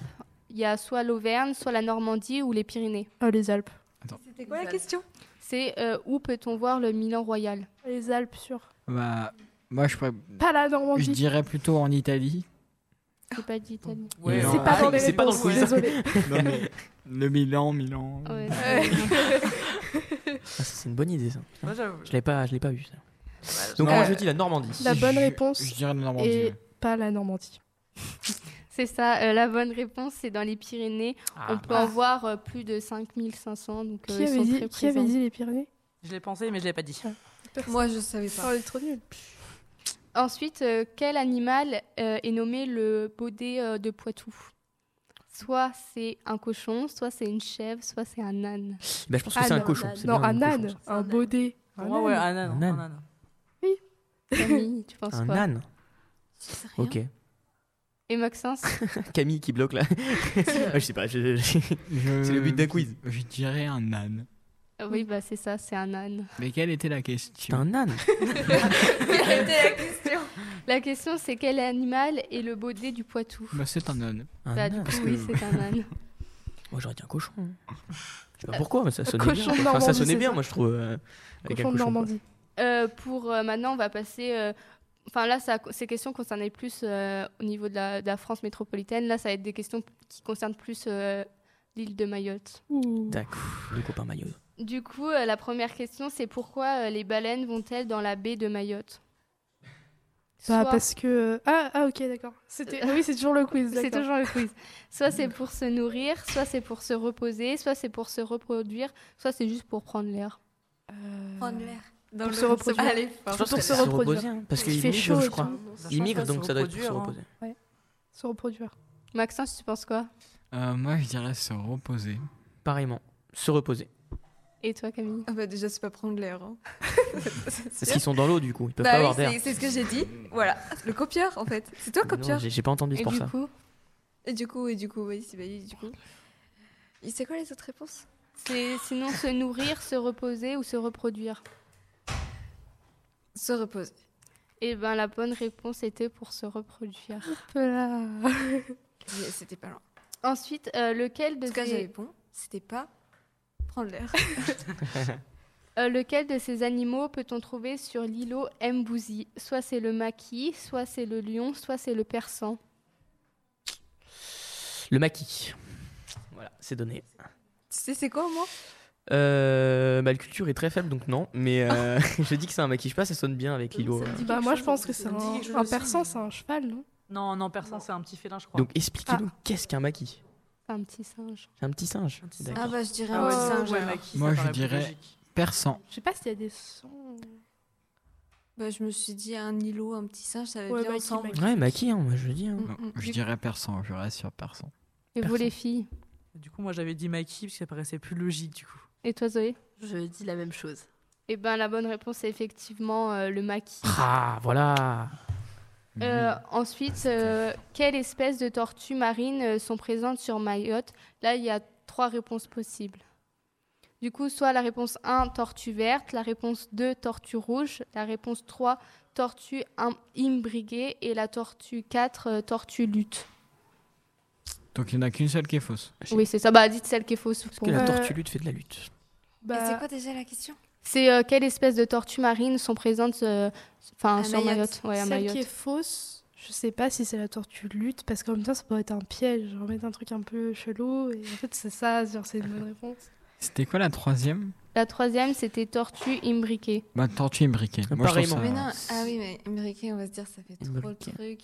Speaker 5: il y a soit l'Auvergne, soit la Normandie ou les Pyrénées.
Speaker 2: Ah, les Alpes.
Speaker 4: C'était quoi la question
Speaker 5: C'est euh, où peut-on voir le Milan Royal
Speaker 2: Les Alpes, sûr.
Speaker 6: Bah, moi, je, pourrais-
Speaker 2: Pas la
Speaker 6: je
Speaker 2: Normandie.
Speaker 6: dirais plutôt
Speaker 2: (laughs)
Speaker 6: en Italie.
Speaker 5: C'est pas d'Italie.
Speaker 3: Ouais,
Speaker 2: C'est
Speaker 3: non,
Speaker 2: pas dans
Speaker 3: ah,
Speaker 2: les
Speaker 3: c'est pas dans le
Speaker 2: réponses,
Speaker 3: quiz.
Speaker 2: désolée.
Speaker 6: Non, mais le Milan, Milan.
Speaker 3: Oh.
Speaker 5: Ouais.
Speaker 3: (laughs) Ah, ça, c'est une bonne idée ça.
Speaker 7: Moi, j'avoue.
Speaker 3: Je l'ai pas, je l'ai pas vu. ça.
Speaker 7: Ouais,
Speaker 3: Donc
Speaker 6: Euh,
Speaker 3: moi je dis la Normandie.
Speaker 2: La bonne
Speaker 6: Je-
Speaker 2: réponse
Speaker 6: Je dirais la Normandie.
Speaker 2: Et
Speaker 6: ouais.
Speaker 2: pas la Normandie.
Speaker 5: C'est ça, euh, la bonne réponse, c'est dans les Pyrénées.
Speaker 3: Ah,
Speaker 5: On peut en voir euh, plus de 5500, donc euh,
Speaker 2: Qui,
Speaker 5: ils
Speaker 2: avait
Speaker 5: sont
Speaker 2: dit,
Speaker 5: très
Speaker 2: qui avait
Speaker 5: présents.
Speaker 2: dit les Pyrénées
Speaker 7: Je l'ai pensé, mais je l'ai pas dit.
Speaker 4: Moi, je savais
Speaker 2: Oh,
Speaker 4: pas.
Speaker 2: elle est trop nulle.
Speaker 5: Ensuite, euh, quel animal euh, est nommé le baudet euh, de Poitou Soit c'est un cochon, soit c'est une chèvre, soit c'est un
Speaker 2: (laughs)
Speaker 5: âne.
Speaker 3: Bah, je pense que
Speaker 2: Ah,
Speaker 3: c'est un
Speaker 2: non,
Speaker 3: cochon.
Speaker 8: non,
Speaker 3: c'est
Speaker 2: Non,
Speaker 3: bien
Speaker 2: un
Speaker 3: cochon,
Speaker 2: âne,
Speaker 8: ça.
Speaker 2: un
Speaker 8: Un
Speaker 2: baudet.
Speaker 7: Pour
Speaker 2: Un
Speaker 7: moi, ouais,
Speaker 2: âne.
Speaker 7: un âne.
Speaker 3: Un âne.
Speaker 7: un âne.
Speaker 5: Camille, tu penses
Speaker 3: ça. Un
Speaker 5: quoi
Speaker 3: âne.
Speaker 4: Je sais rien.
Speaker 3: Ok.
Speaker 5: Et Maxence
Speaker 3: Camille qui bloque là. (laughs) Ah, je sais pas. je- je-
Speaker 6: Je-
Speaker 3: C'est le but d'un quiz.
Speaker 6: Je dirais un âne.
Speaker 5: Oui, bah c'est ça, c'est un âne.
Speaker 6: Mais quelle était la
Speaker 3: T'as
Speaker 6: question
Speaker 3: un âne.
Speaker 4: (laughs)
Speaker 5: La question, c'est quel animal est le baudet du Poitou
Speaker 6: bah, C'est un âne.
Speaker 3: Un
Speaker 5: Bah,
Speaker 3: âne.
Speaker 5: du coup,
Speaker 6: que-
Speaker 5: oui, c'est un âne.
Speaker 3: Moi j'aurais dit un cochon. Je sais pas pourquoi, mais ça sonnait
Speaker 2: cochon
Speaker 3: bien.
Speaker 2: de
Speaker 3: Enfin, ça
Speaker 2: Normandie,
Speaker 3: sonnait
Speaker 2: c'est
Speaker 3: bien,
Speaker 2: ça
Speaker 3: moi je trouve. euh, avec
Speaker 2: Cochon
Speaker 3: un
Speaker 2: de
Speaker 3: cochon, quoi.
Speaker 2: Normandie.
Speaker 5: Euh, pour euh, maintenant, on va passer. euh, Enfin, là, ça, ces questions concernaient plus euh, au niveau de la, de la France métropolitaine. Là, ça va être des questions qui concernent plus euh, l'île de Mayotte.
Speaker 2: Ouh. Bah,
Speaker 3: D'accord. Le copain maillot.
Speaker 5: Du coup, euh, la première question, c'est pourquoi euh, les baleines vont-elles dans la baie de Mayotte
Speaker 2: Bah,
Speaker 5: Soit-
Speaker 2: parce que. Ah, ah, ok, d'accord. C'était... Oui, c'est toujours le quiz.
Speaker 5: C'est
Speaker 2: d'accord.
Speaker 5: toujours le quiz. Soit c'est pour se nourrir, soit c'est pour se reposer, soit c'est pour se reproduire, soit c'est juste pour prendre l'air.
Speaker 4: Prendre l'air. Dans
Speaker 2: Pour
Speaker 4: le-
Speaker 2: se reproduire.
Speaker 4: Allez, fort.
Speaker 3: Je pense que
Speaker 2: se
Speaker 3: c'est se
Speaker 2: reproduire.
Speaker 3: reposer, hein, parce
Speaker 2: Il
Speaker 3: qu'il
Speaker 2: fait chaud
Speaker 3: migre, je
Speaker 2: et
Speaker 3: crois.
Speaker 2: tout.
Speaker 3: Il migre,
Speaker 7: Franchement,
Speaker 3: donc
Speaker 7: se
Speaker 3: ça doit être pour se
Speaker 7: reproduire, hein.
Speaker 3: reposer.
Speaker 2: Se reproduire.
Speaker 5: Maxence, tu penses quoi
Speaker 6: Euh, moi, je dirais se reposer.
Speaker 3: Pareillement. Se reposer.
Speaker 5: Et toi, Camille
Speaker 4: Ah bah déjà, c'est pas prendre l'air. (laughs) hein. C'est
Speaker 3: Parce
Speaker 4: sûr.
Speaker 3: qu'ils sont dans l'eau du coup, ils peuvent
Speaker 4: Bah
Speaker 3: pas
Speaker 4: oui,
Speaker 3: avoir d'air.
Speaker 4: c'est- c'est ce que j'ai dit. Voilà, le copieur en fait. C'est toi le
Speaker 3: Non,
Speaker 4: copieur.
Speaker 3: J'ai j'ai pas entendu, c'est
Speaker 5: Et
Speaker 3: pour
Speaker 5: du
Speaker 3: ça.
Speaker 5: coup,
Speaker 4: Et du coup, et du coup, oui, c'est bah, oui, du coup. Et c'est quoi les autres réponses
Speaker 5: c'est sinon se nourrir, se reposer ou se reproduire
Speaker 4: Se repose.
Speaker 5: Eh ben, la bonne réponse était pour se
Speaker 4: (laughs)
Speaker 5: reproduire.
Speaker 2: Voilà.
Speaker 4: Mais C'était pas loin.
Speaker 5: Ensuite, euh, lequel,
Speaker 4: En
Speaker 5: de
Speaker 4: tout cas, j'avais
Speaker 5: ces,
Speaker 4: bon. C'était pas prendre (laughs) l'air.
Speaker 5: euh, lequel de ces animaux peut-on trouver sur l'îlot Mbouzi Soit c'est le maquis, soit c'est le lion, soit c'est le persan.
Speaker 3: Le maquis. Voilà, c'est donné.
Speaker 4: tu sais, c'est quoi moi
Speaker 3: Euh, bah, le culture est très faible donc non, mais euh, (laughs) je dis que c'est un maquis. Je sais pas, ça sonne bien avec l'îlot. euh.
Speaker 2: Bah, moi, je pense que c'est
Speaker 7: Ça me dit
Speaker 2: un,
Speaker 7: quelque chose
Speaker 2: un
Speaker 7: aussi,
Speaker 2: persan,
Speaker 7: mais-
Speaker 2: c'est un cheval, non
Speaker 7: Non, non, personne, c'est un petit félin, je crois.
Speaker 3: Donc expliquez-nous qu'est-ce qu'un maquis
Speaker 5: C'est un petit singe.
Speaker 3: C'est un petit singe.
Speaker 7: Un petit singe.
Speaker 4: Ah
Speaker 3: D'accord.
Speaker 4: bah, je dirais
Speaker 7: Ah
Speaker 4: un
Speaker 7: ouais,
Speaker 4: petit
Speaker 7: c'est un
Speaker 4: singe.
Speaker 7: ouais,
Speaker 4: alors.
Speaker 7: maquis, ça
Speaker 6: Moi, je
Speaker 7: paraît plus
Speaker 6: dirais-
Speaker 7: logique.
Speaker 6: Persan.
Speaker 2: Je sais pas s'il y a des sons.
Speaker 4: Bah, je me suis dit un îlot, un petit singe, ça va
Speaker 2: Ouais,
Speaker 4: bien
Speaker 2: maquis,
Speaker 4: ensemble.
Speaker 2: maquis.
Speaker 3: Ouais, maquis, hein, moi je dis. hein.
Speaker 4: Ah Mm,
Speaker 6: Non,
Speaker 4: mm.
Speaker 6: je dirais persan, je reste sur persan.
Speaker 5: Et vous,
Speaker 3: Persan.
Speaker 5: les filles
Speaker 7: Du coup, moi, j'avais dit maquis parce que ça paraissait plus logique, du coup.
Speaker 5: Et toi, Zoé
Speaker 8: Je dis la même chose.
Speaker 5: Eh ben, la bonne réponse est effectivement euh, le maquis.
Speaker 3: Ah, voilà.
Speaker 6: Mhm.
Speaker 5: Euh, ensuite, euh, quelles espèces de tortues marines euh, sont présentes sur Mayotte Là, il y a trois réponses possibles. Du coup, soit la réponse 1, tortue verte, la réponse 2, tortue rouge, la réponse 3, tortue im- imbriguée et la tortue 4, euh, tortue lutte.
Speaker 6: Donc, il n'y en a qu'une seule qui est fausse.
Speaker 3: J'ai-
Speaker 5: Oui, c'est ça. Bah, dites celle qui est fausse.
Speaker 3: Est-ce
Speaker 5: pour
Speaker 3: que la
Speaker 5: moi.
Speaker 2: Euh,
Speaker 3: tortue lutte fait de la lutte
Speaker 4: Et c'est
Speaker 2: Bah,
Speaker 4: quoi déjà la question
Speaker 5: C'est euh, quelles espèces de tortues marines sont présentes euh, enfin,
Speaker 4: À
Speaker 5: sur Mayotte,
Speaker 4: Mayotte.
Speaker 5: Ouais, à
Speaker 2: celle
Speaker 5: Mayotte.
Speaker 2: qui est fausse, je sais pas si c'est la tortue lutte, parce qu'en même temps, ça pourrait être un piège. Genre mettre un truc un peu chelou, et en fait, c'est ça, genre, c'est une bonne réponse.
Speaker 6: C'était quoi la troisième
Speaker 5: La troisième, c'était tortue imbriquée.
Speaker 6: Bah, tortue imbriquée. Moi, je trouve
Speaker 3: Pareillement.
Speaker 6: ça-
Speaker 4: Mais non, ah oui, mais américain, on va se dire, ça fait trop le
Speaker 3: Américain.
Speaker 4: truc.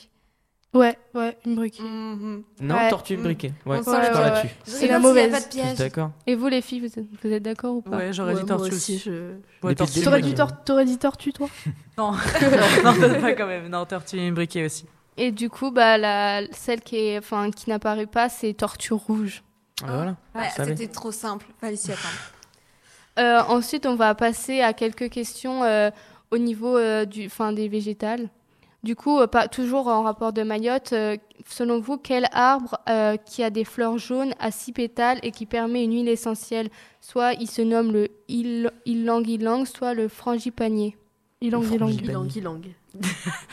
Speaker 2: Ouais, ouais, une brique.
Speaker 4: Mhm.
Speaker 3: Non,
Speaker 2: Ouais. Mm.
Speaker 3: tortue briquée. Ouais,
Speaker 4: On
Speaker 3: je
Speaker 4: sent
Speaker 3: suis
Speaker 4: le
Speaker 2: Ouais,
Speaker 3: pas
Speaker 2: ouais,
Speaker 3: là-dessus.
Speaker 4: Je
Speaker 2: C'est
Speaker 4: rigole
Speaker 2: la
Speaker 4: s'il y a
Speaker 2: mauvaise.
Speaker 4: Pas de
Speaker 3: Je suis
Speaker 4: piège.
Speaker 3: D'accord.
Speaker 5: Et vous, les filles, vous êtes, vous êtes d'accord ou pas
Speaker 7: Ouais, j'aurais
Speaker 8: Ouais,
Speaker 7: dit
Speaker 8: moi
Speaker 7: tortue
Speaker 8: aussi,
Speaker 7: aussi.
Speaker 8: je...
Speaker 7: Ouais,
Speaker 3: Depuis le
Speaker 7: tortue.
Speaker 3: début,
Speaker 2: T'aurais
Speaker 3: euh,
Speaker 2: dit, tor- t'aurais dit tortue, toi
Speaker 7: Non, non, peut-être pas quand même. Non, tortue imbriquée aussi.
Speaker 5: Et du coup, bah, la, celle qui, est, enfin, qui n'apparaît pas, c'est Tortue Rouge.
Speaker 3: Ah, bah, voilà.
Speaker 4: Ouais,
Speaker 3: Je savais.
Speaker 4: c'était trop simple, fallait s'y attendre.
Speaker 5: Euh, ensuite, on va passer à quelques questions euh, au niveau euh, du, enfin, des végétales. Du coup, euh, pas, toujours en rapport de Mayotte, euh, selon vous, quel arbre euh, qui a des fleurs jaunes à six pétales et qui permet une huile essentielle Soit il se nomme le il- ilang ilang, soit le frangipanier.
Speaker 2: Ilang,
Speaker 3: Le
Speaker 2: ilang.
Speaker 3: frangipanier.
Speaker 8: Ilang, ilang.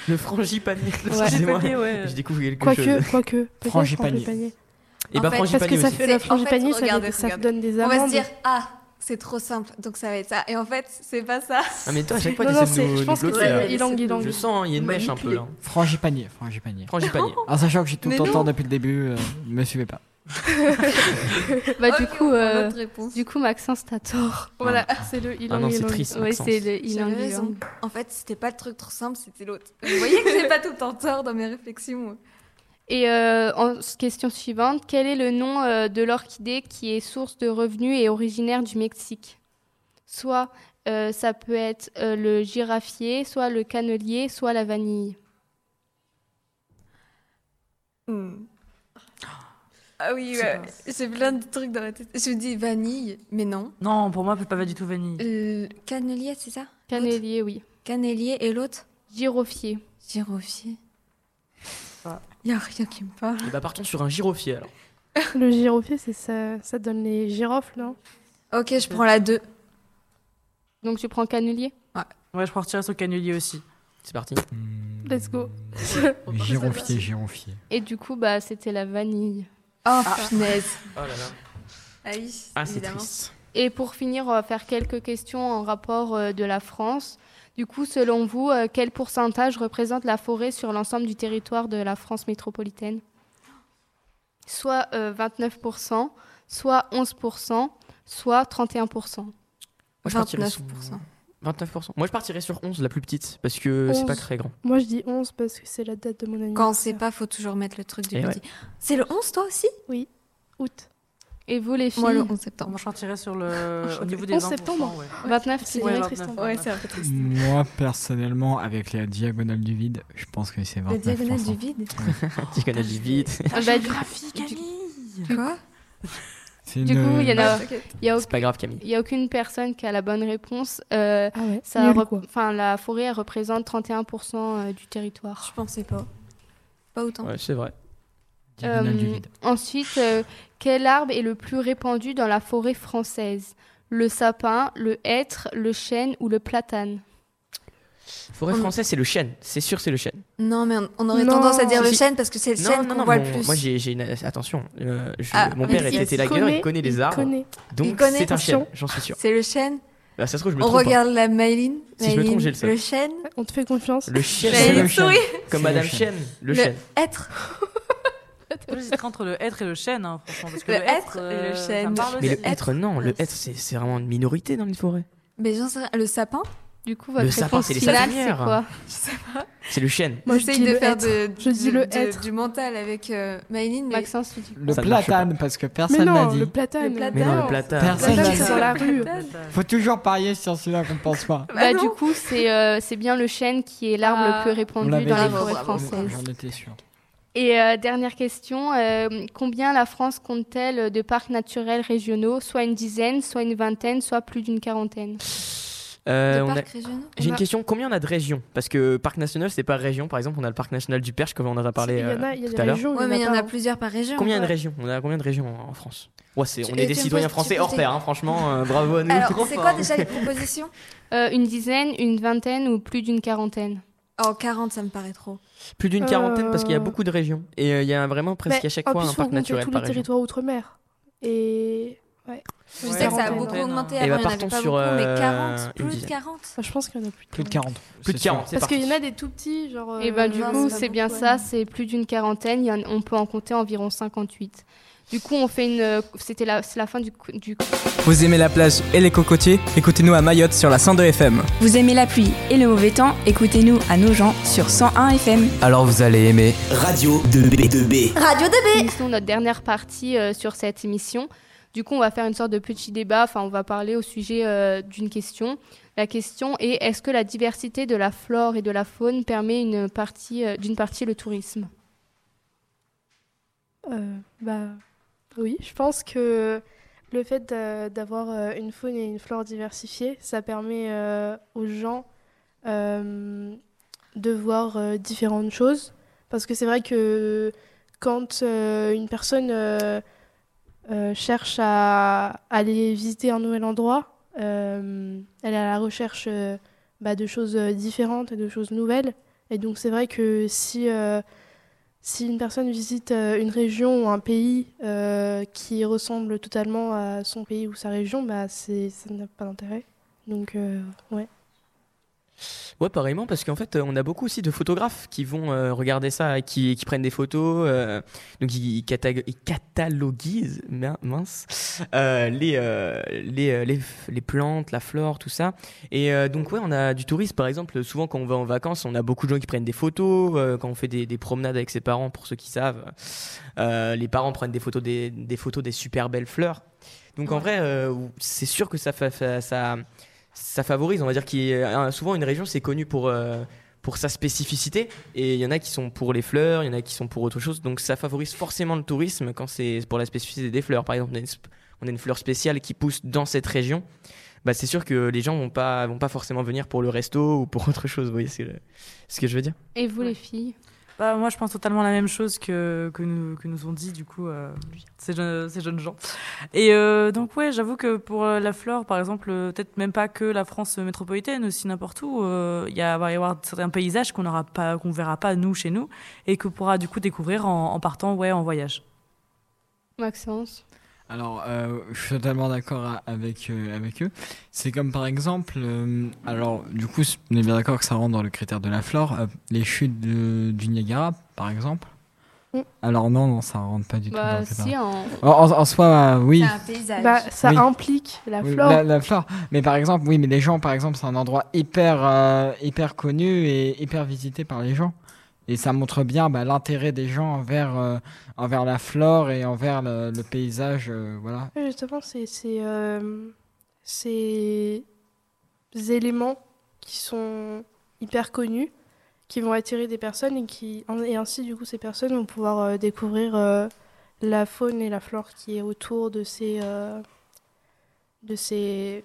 Speaker 3: Le frangipanier.
Speaker 7: J'ai
Speaker 3: Excusez-moi.
Speaker 7: ouais.
Speaker 3: Je découvre quelque chose.
Speaker 2: Quoique, quoique. peut-être
Speaker 6: Frangipanier.
Speaker 2: frangipanier.
Speaker 3: Et
Speaker 4: En
Speaker 3: bah,
Speaker 4: fait,
Speaker 2: Parce que
Speaker 3: frangipani
Speaker 2: ça
Speaker 3: aussi.
Speaker 2: fait la
Speaker 4: C'est- en fait,
Speaker 2: frangipanie, ça,
Speaker 4: regardez,
Speaker 2: fait- ça
Speaker 4: regardez.
Speaker 2: donne des
Speaker 4: On
Speaker 2: amandes.
Speaker 4: va se dire, ah, c'est trop simple, donc ça va être ça. Et en fait, c'est pas (laughs) ça.
Speaker 3: Ah, mais toi, à chaque fois,
Speaker 2: Non, non,
Speaker 3: t'essaies
Speaker 2: c'est-
Speaker 3: de nous-
Speaker 2: je
Speaker 3: nous
Speaker 2: pense que
Speaker 3: bloquer. là.
Speaker 2: c'est ilang, ilang.
Speaker 3: Je le sens, hein, il y a une mèche un peu là.
Speaker 6: Frangipanier, frangipanier.
Speaker 3: Frangipanier.
Speaker 6: En Ah, sachant que j'ai tout
Speaker 4: Mais
Speaker 6: le temps
Speaker 4: non.
Speaker 6: depuis le début, euh, ne me suivez pas.
Speaker 5: Bah,
Speaker 4: Ok,
Speaker 5: du,
Speaker 4: on
Speaker 5: coup,
Speaker 4: prend
Speaker 5: euh,
Speaker 4: notre réponse.
Speaker 5: du coup, Maxence, t'as tort.
Speaker 2: Voilà, c'est le ilang,
Speaker 3: Ah non, c'est
Speaker 2: ilang.
Speaker 3: triste.
Speaker 5: Oui,
Speaker 3: Maxence.
Speaker 5: c'est le
Speaker 4: J'avais
Speaker 5: ilang,
Speaker 4: raison.
Speaker 5: ilang.
Speaker 4: En fait, c'était pas le truc trop simple, c'était l'autre. Vous voyez que j'ai pas tout le temps tort dans mes réflexions.
Speaker 5: Et euh, en question suivante, quel est le nom euh, de l'orchidée qui est source de revenus et originaire du Mexique Soit euh, ça peut être euh, le girafier, soit le cannelier, soit la vanille.
Speaker 4: Hmm. Ah oui,
Speaker 7: Je sais
Speaker 4: ouais. j'ai plein de trucs dans la tête. Je me dis vanille, mais non.
Speaker 7: Non, pour moi, c'est pas du tout vanille.
Speaker 4: Euh, cannelier, c'est ça
Speaker 5: Cannelier, oui.
Speaker 4: Cannelier et l'autre
Speaker 5: Giroflier.
Speaker 4: Girofier.
Speaker 7: Ah.
Speaker 4: Y a rien qui me parle.
Speaker 3: Et bah, partons sur un gyrofier alors.
Speaker 2: Le giroflé, c'est ça, ça donne les girofles, non
Speaker 4: Ok, je prends la 2.
Speaker 5: Donc tu prends cannelier
Speaker 7: Ouais, je partirais sur cannelier aussi.
Speaker 3: C'est parti.
Speaker 2: Let's go.
Speaker 6: Hmm. Gironfier, gironfier.
Speaker 5: Et du coup, bah, c'était la vanille.
Speaker 4: Oh, punaise.
Speaker 3: Oh là là.
Speaker 4: Ah oui,
Speaker 3: Ah, c'est
Speaker 4: évidemment.
Speaker 3: triste.
Speaker 5: Et pour finir, on va faire quelques questions en rapport euh, de la France. Du coup, selon vous, euh, quel pourcentage représente la forêt sur l'ensemble du territoire de la France métropolitaine Soit euh, 29%, soit 11%, soit 31%.
Speaker 3: Moi, je partirais sur
Speaker 4: 29%.
Speaker 3: 29%. Moi, je partirais sur 11, la plus petite, parce que c'est pas
Speaker 2: 11.
Speaker 3: très grand.
Speaker 2: Moi, je dis 11 parce que c'est la date de mon
Speaker 3: Mm.
Speaker 2: anniversaire.
Speaker 4: Quand on sait pas, faut toujours mettre le truc du
Speaker 3: Eh
Speaker 4: petit. C'est le 11, toi aussi
Speaker 2: Août.
Speaker 5: Et vous, les filles
Speaker 4: Moi, le 11
Speaker 7: Moi,
Speaker 4: septembre.
Speaker 7: je partirais sur le. Au niveau des
Speaker 2: 11
Speaker 7: 20%,
Speaker 2: septembre.
Speaker 7: ouais.
Speaker 2: C'est
Speaker 5: 29%.
Speaker 7: Ouais,
Speaker 2: bien
Speaker 7: 29,
Speaker 2: triste. hein.
Speaker 7: ouais.
Speaker 4: Ouais, c'est un peu triste.
Speaker 6: Moi, personnellement, avec la diagonale du vide, je pense que c'est 29%.
Speaker 4: La diagonale du vide.
Speaker 3: Tu connais du vite.
Speaker 5: Ah bah, du-
Speaker 4: Quoi Bah,
Speaker 6: C'est
Speaker 5: du
Speaker 6: une-
Speaker 5: coup, il y en a- il y
Speaker 2: Ah,
Speaker 5: a, au-
Speaker 3: (laughs) C'est pas grave, Camille.
Speaker 5: il y a aucune personne qui a la bonne réponse. Euh,
Speaker 2: Ah ouais,
Speaker 5: ça
Speaker 2: nul,
Speaker 5: rep-
Speaker 2: quoi.
Speaker 5: enfin, la forêt elle représente 31% euh, du territoire.
Speaker 4: Je pensais pas. Pas autant.
Speaker 3: Ouais, c'est vrai.
Speaker 6: Diagonale du
Speaker 5: Euh,
Speaker 6: vide.
Speaker 5: Ensuite, euh, quel arbre est le plus répandu dans la forêt française Le sapin, le hêtre, le chêne ou le platane
Speaker 3: Forêt
Speaker 4: On-
Speaker 3: française, c'est le chêne. C'est sûr, c'est le chêne.
Speaker 4: Non, mais on- on aurait
Speaker 2: Non.
Speaker 4: tendance à dire
Speaker 3: Si,
Speaker 4: le
Speaker 3: si.
Speaker 4: chêne parce que c'est le chêne qu'on voit
Speaker 3: mon-
Speaker 4: le plus.
Speaker 3: moi j'ai j'ai une attention. euh, je-
Speaker 4: Ah,
Speaker 3: mon
Speaker 4: mais
Speaker 3: père
Speaker 4: il-
Speaker 3: était
Speaker 4: il
Speaker 3: lagueur, il connaît les arbres,
Speaker 2: connaît.
Speaker 3: donc
Speaker 4: il connaît.
Speaker 3: c'est un chêne,
Speaker 2: Attention.
Speaker 3: j'en suis sûr.
Speaker 4: C'est le chêne.
Speaker 3: Bah, ça se trouve je me
Speaker 4: On
Speaker 3: trompe. hein.
Speaker 4: regarde la Mayline.
Speaker 3: Si je me trompe,
Speaker 4: Mayline,
Speaker 3: j'ai le seum.
Speaker 4: Le chêne.
Speaker 2: On te fait confiance.
Speaker 3: Le chêne,
Speaker 4: Mais-
Speaker 3: c'est
Speaker 4: une
Speaker 3: le chêne.
Speaker 4: souris.
Speaker 3: comme
Speaker 6: C'est le
Speaker 3: Madame
Speaker 6: chêne.
Speaker 3: Chêne, le chêne.
Speaker 4: être.
Speaker 7: Moi, j'hésiterais entre le être et le chêne, hein, franchement. Parce que
Speaker 4: Le
Speaker 7: le, être,
Speaker 4: hêtre,
Speaker 7: euh,
Speaker 4: le
Speaker 7: ça
Speaker 4: chêne.
Speaker 7: me parle
Speaker 3: Mais
Speaker 7: aussi.
Speaker 3: le être, non, le
Speaker 4: Ouais,
Speaker 3: être c'est c'est vraiment une minorité dans les forêts.
Speaker 4: Mais j'en sais rien. Le sapin.
Speaker 5: Du coup, votre
Speaker 3: Le sapin,
Speaker 5: réponse
Speaker 3: c'est les
Speaker 5: finale, c'est
Speaker 3: sapinières.
Speaker 5: quoi
Speaker 3: C'est le chêne.
Speaker 2: Moi, je
Speaker 4: J'essaye
Speaker 2: dis
Speaker 4: de
Speaker 2: le
Speaker 4: faire
Speaker 2: être.
Speaker 4: de,
Speaker 2: Je dis
Speaker 4: de-
Speaker 2: le
Speaker 4: de-
Speaker 2: être.
Speaker 4: du mental avec euh, Mayline. mais-
Speaker 5: Maxence, tu dis
Speaker 6: Le
Speaker 3: Ça ne marche
Speaker 6: platane, parce que
Speaker 2: Mais
Speaker 6: personne n'a
Speaker 2: non,
Speaker 6: dit.
Speaker 2: le platane.
Speaker 4: Le platane.
Speaker 3: Mais non,
Speaker 4: Non.
Speaker 3: le platane.
Speaker 6: Personne
Speaker 2: Platane,
Speaker 6: n'a
Speaker 2: c'est
Speaker 6: dit.
Speaker 2: sur la rue.
Speaker 6: Faut toujours parier sur celui-là qu'on pense pas.
Speaker 5: bah,
Speaker 4: Bah, non.
Speaker 5: du coup, c'est euh, c'est bien le chêne qui est l'arbre
Speaker 4: Ah.
Speaker 5: le plus
Speaker 6: On
Speaker 5: répandu dans
Speaker 6: l'avait
Speaker 5: la
Speaker 6: dit.
Speaker 5: forêt
Speaker 4: Bravo,
Speaker 5: française.
Speaker 6: J'en étais sûr.
Speaker 5: Et euh, dernière question, euh, combien la France compte-t-elle de parcs naturels régionaux Soit une dizaine, soit une vingtaine, soit plus d'une quarantaine.
Speaker 3: Euh,
Speaker 4: de
Speaker 3: on a-
Speaker 4: parcs régionaux.
Speaker 3: J'ai
Speaker 4: On
Speaker 3: une
Speaker 4: a-
Speaker 3: question, combien on a de régions Parce que parc national c'est pas région, par exemple on a le parc national du Perche comme on en a parlé
Speaker 2: Il y en a,
Speaker 3: euh,
Speaker 2: il y a
Speaker 3: tout
Speaker 2: des
Speaker 3: à l'heure.
Speaker 2: régions.
Speaker 4: Ouais, mais il y en
Speaker 2: pas,
Speaker 4: a
Speaker 2: hein.
Speaker 4: plusieurs par région.
Speaker 3: Combien de
Speaker 4: Ouais.
Speaker 3: régions On a combien de régions en en France Ouais, c'est-
Speaker 4: Tu-
Speaker 3: on
Speaker 4: et
Speaker 3: est des
Speaker 4: tu me
Speaker 3: citoyens
Speaker 4: poses- tu
Speaker 3: français
Speaker 4: poses
Speaker 3: hors
Speaker 4: des-
Speaker 3: pair, hein, franchement, euh, bravo à nous.
Speaker 4: Alors,
Speaker 3: Trop
Speaker 4: c'est
Speaker 3: fort.
Speaker 4: quoi déjà les propositions
Speaker 5: Euh, une dizaine, une vingtaine ou plus d'une quarantaine
Speaker 4: Oh, 40, ça me paraît trop.
Speaker 3: Plus d'une quarantaine parce qu'il y a
Speaker 2: Euh.
Speaker 3: beaucoup de régions. Et euh, il y a vraiment presque
Speaker 2: Mais
Speaker 3: à chaque
Speaker 2: en
Speaker 3: fois
Speaker 2: plus,
Speaker 3: un
Speaker 2: faut
Speaker 3: parc
Speaker 2: compter
Speaker 3: naturel
Speaker 2: tous
Speaker 3: par
Speaker 2: les
Speaker 3: région.
Speaker 2: territoires outre-mer. Et ouais.
Speaker 4: Je
Speaker 7: Ouais,
Speaker 4: sais que ça a
Speaker 7: quarantaine,
Speaker 4: beaucoup
Speaker 7: hein.
Speaker 4: augmenté.
Speaker 3: Eh bah,
Speaker 4: Avant, il y en avait
Speaker 3: partons
Speaker 4: pas
Speaker 3: sur,
Speaker 4: beaucoup, mais
Speaker 3: euh,
Speaker 4: 40,
Speaker 3: une
Speaker 4: plus de
Speaker 3: dizaine.
Speaker 4: 40.
Speaker 2: Enfin, je pense qu'il y en a plus.
Speaker 6: Plus de 40.
Speaker 3: Plus de
Speaker 6: c'est sûr.
Speaker 3: 40, c'est
Speaker 2: Parce qu'il y
Speaker 3: parti.
Speaker 2: en a des tout petits, genre.
Speaker 5: Et
Speaker 2: euh,
Speaker 5: ben du
Speaker 4: non,
Speaker 5: coup,
Speaker 4: c'est pas
Speaker 5: c'est bien
Speaker 2: ouais.
Speaker 5: ça, c'est plus d'une quarantaine, il y en- on peut en compter environ 58. Du coup, on fait une euh, c'était la c'est la fin du cou- du
Speaker 11: Vous aimez la plage et les cocotiers Écoutez-nous à Mayotte sur la 102 FM.
Speaker 9: Vous aimez la pluie et le mauvais temps Écoutez-nous à nos gens sur 101 FM.
Speaker 11: Alors vous allez aimer.
Speaker 10: Radio 2B 2B.
Speaker 4: Radio
Speaker 5: Nous finissons notre dernière partie euh, sur cette émission. Du coup, on va faire une sorte de petit débat. Enfin, on va parler au sujet euh, d'une question. La question est est-ce que la diversité de la flore et de la faune permet une partie euh, d'une partie le tourisme
Speaker 2: Euh, bah, oui, je pense que le fait d'a- d'avoir euh, une faune et une flore diversifiées, ça permet euh, aux gens euh, de voir euh, différentes choses. Parce que c'est vrai que quand euh, une personne euh, euh, cherche à aller visiter un nouvel endroit, euh, elle est à la recherche euh, bah, de choses euh, différentes et de choses nouvelles. Et donc c'est vrai que si euh, si une personne visite euh, une région ou un pays euh, qui ressemble totalement à son pays ou sa région, bah c'est ça n'a pas d'intérêt. Donc euh, ouais.
Speaker 3: Ouais, pareillement, parce qu'en fait, euh, on a beaucoup aussi de photographes qui vont euh, regarder ça, et qui, qui prennent des photos, euh, donc ils, ils catag- ils cataloguisent, min- mince, euh, les, euh, les, euh, les, f- les plantes, la flore, tout ça. Et euh, donc, ouais, on a du tourisme, par exemple, souvent quand on va en vacances, on a beaucoup de gens qui prennent des photos, euh, quand on fait des, des promenades avec ses parents, pour ceux qui savent, euh, les parents prennent des photos des, des photos des super belles fleurs. Donc en vrai, euh, c'est sûr que ça, fa- fa- ça, ça favorise. On va dire qu'il y a- euh, souvent une région c'est connu pour euh, pour sa spécificité et il y en a qui sont pour les fleurs, il y en a qui sont pour autre chose. Donc ça favorise forcément le tourisme quand c'est pour la spécificité des fleurs. Par exemple, on a une, sp- on a une fleur spéciale qui pousse dans cette région. Bah c'est sûr que les gens vont pas vont pas forcément venir pour le resto ou pour (laughs) autre chose. Vous voyez ce que, ce que je veux dire
Speaker 5: Et vous, les filles
Speaker 7: Bah, moi, je pense totalement la même chose que, que, nous, que nous ont dit, du coup, euh, ces, jeunes, ces jeunes gens. Et euh, donc, ouais, j'avoue que pour euh, la flore, par exemple, euh, peut-être même pas que la France métropolitaine, aussi n'importe où, euh, il y a, va y avoir certains paysages qu'on aura pas, qu'on verra pas, nous, chez nous, et que pourra, du coup, découvrir en, en partant, ouais, en voyage.
Speaker 5: Maxence
Speaker 6: Alors, euh, je suis totalement d'accord a- avec, euh, avec eux. C'est comme par exemple, euh, alors du coup, c- on est bien d'accord que ça rentre dans le critère de la flore, euh, les chutes de- du Niagara, par exemple.
Speaker 2: Mm.
Speaker 6: Alors non, non, ça rentre pas du tout dans
Speaker 5: Bah,
Speaker 6: le
Speaker 5: si,
Speaker 6: critère.
Speaker 5: en.
Speaker 6: En, en- en soi, euh, oui.
Speaker 4: paysage.
Speaker 2: Bah, ça
Speaker 6: Oui.
Speaker 2: implique la
Speaker 6: Oui,
Speaker 2: flore.
Speaker 6: La, la flore. Mais par exemple, oui, mais les gens, par exemple, c'est un endroit hyper, euh, hyper connu et hyper visité par les gens. Et ça montre bien bah, l'intérêt des gens envers, euh, envers la flore et envers le, le paysage. euh, voilà.
Speaker 2: Oui, Justement, c'est c'est, euh, ces éléments qui sont hyper connus, qui vont attirer des personnes et qui et ainsi du coup ces personnes vont pouvoir euh, découvrir euh, la faune et la flore qui est autour de ces euh, de ces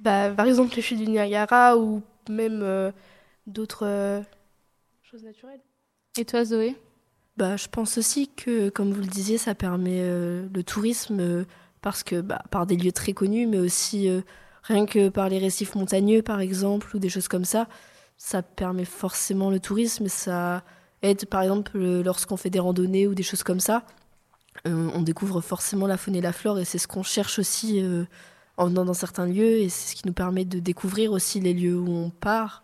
Speaker 2: bah, par exemple les chutes du Niagara ou même euh, d'autres euh, choses naturelles.
Speaker 5: Et toi, Zoé
Speaker 8: Bah, je pense aussi que, comme vous le disiez, ça permet euh, le tourisme euh, parce que bah, par des lieux très connus, mais aussi euh, rien que par les récifs montagneux, par exemple, ou des choses comme ça, ça permet forcément le tourisme. et Ça aide, par exemple, euh, lorsqu'on fait des randonnées ou des choses comme ça, euh, on découvre forcément la faune et la flore, et c'est ce qu'on cherche aussi euh, en venant dans certains lieux, et c'est ce qui nous permet de découvrir aussi les lieux où on part.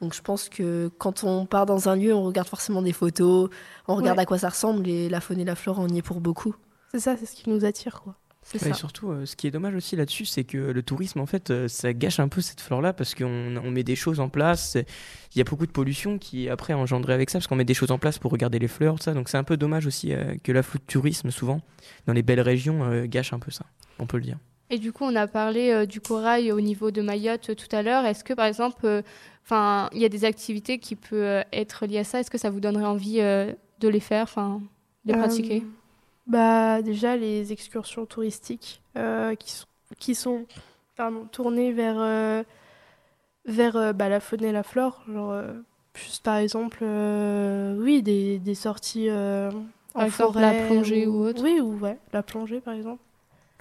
Speaker 8: Donc je pense que quand on part dans un lieu, on regarde forcément des photos, on regarde
Speaker 2: Ouais.
Speaker 8: à quoi ça ressemble, et la faune et la flore, on y est pour beaucoup.
Speaker 2: C'est ça, c'est ce qui nous attire quoi.
Speaker 8: C'est
Speaker 3: Mais
Speaker 8: ça.
Speaker 3: surtout, euh, ce qui est dommage aussi là-dessus, c'est que le tourisme, en fait, euh, ça gâche un peu cette flore-là parce qu'on on met des choses en place. c'est- Il y a beaucoup de pollution qui est après engendrée avec ça parce qu'on met des choses en place pour regarder les fleurs, tout ça. Donc c'est un peu dommage aussi euh, que l'afflux de tourisme, souvent, dans les belles régions, euh, gâche un peu ça. On peut le dire.
Speaker 5: Et du coup, on a parlé euh, du corail au niveau de Mayotte euh, tout à l'heure. Est-ce que, par exemple, euh, enfin, il y a des activités qui peuvent euh, être liées à ça Est-ce que ça vous donnerait envie euh, de les faire, enfin, de les
Speaker 2: Euh,
Speaker 5: pratiquer
Speaker 2: Bah déjà les excursions touristiques euh, qui sont, qui sont pardon, tournées vers, euh, vers euh, bah, la faune et la flore. Genre, euh, juste par exemple, euh, oui, des, des sorties euh, en
Speaker 5: Par exemple, la
Speaker 2: forêt
Speaker 5: plongée ou autre.
Speaker 2: Oui, ou ouais, la plongée par exemple.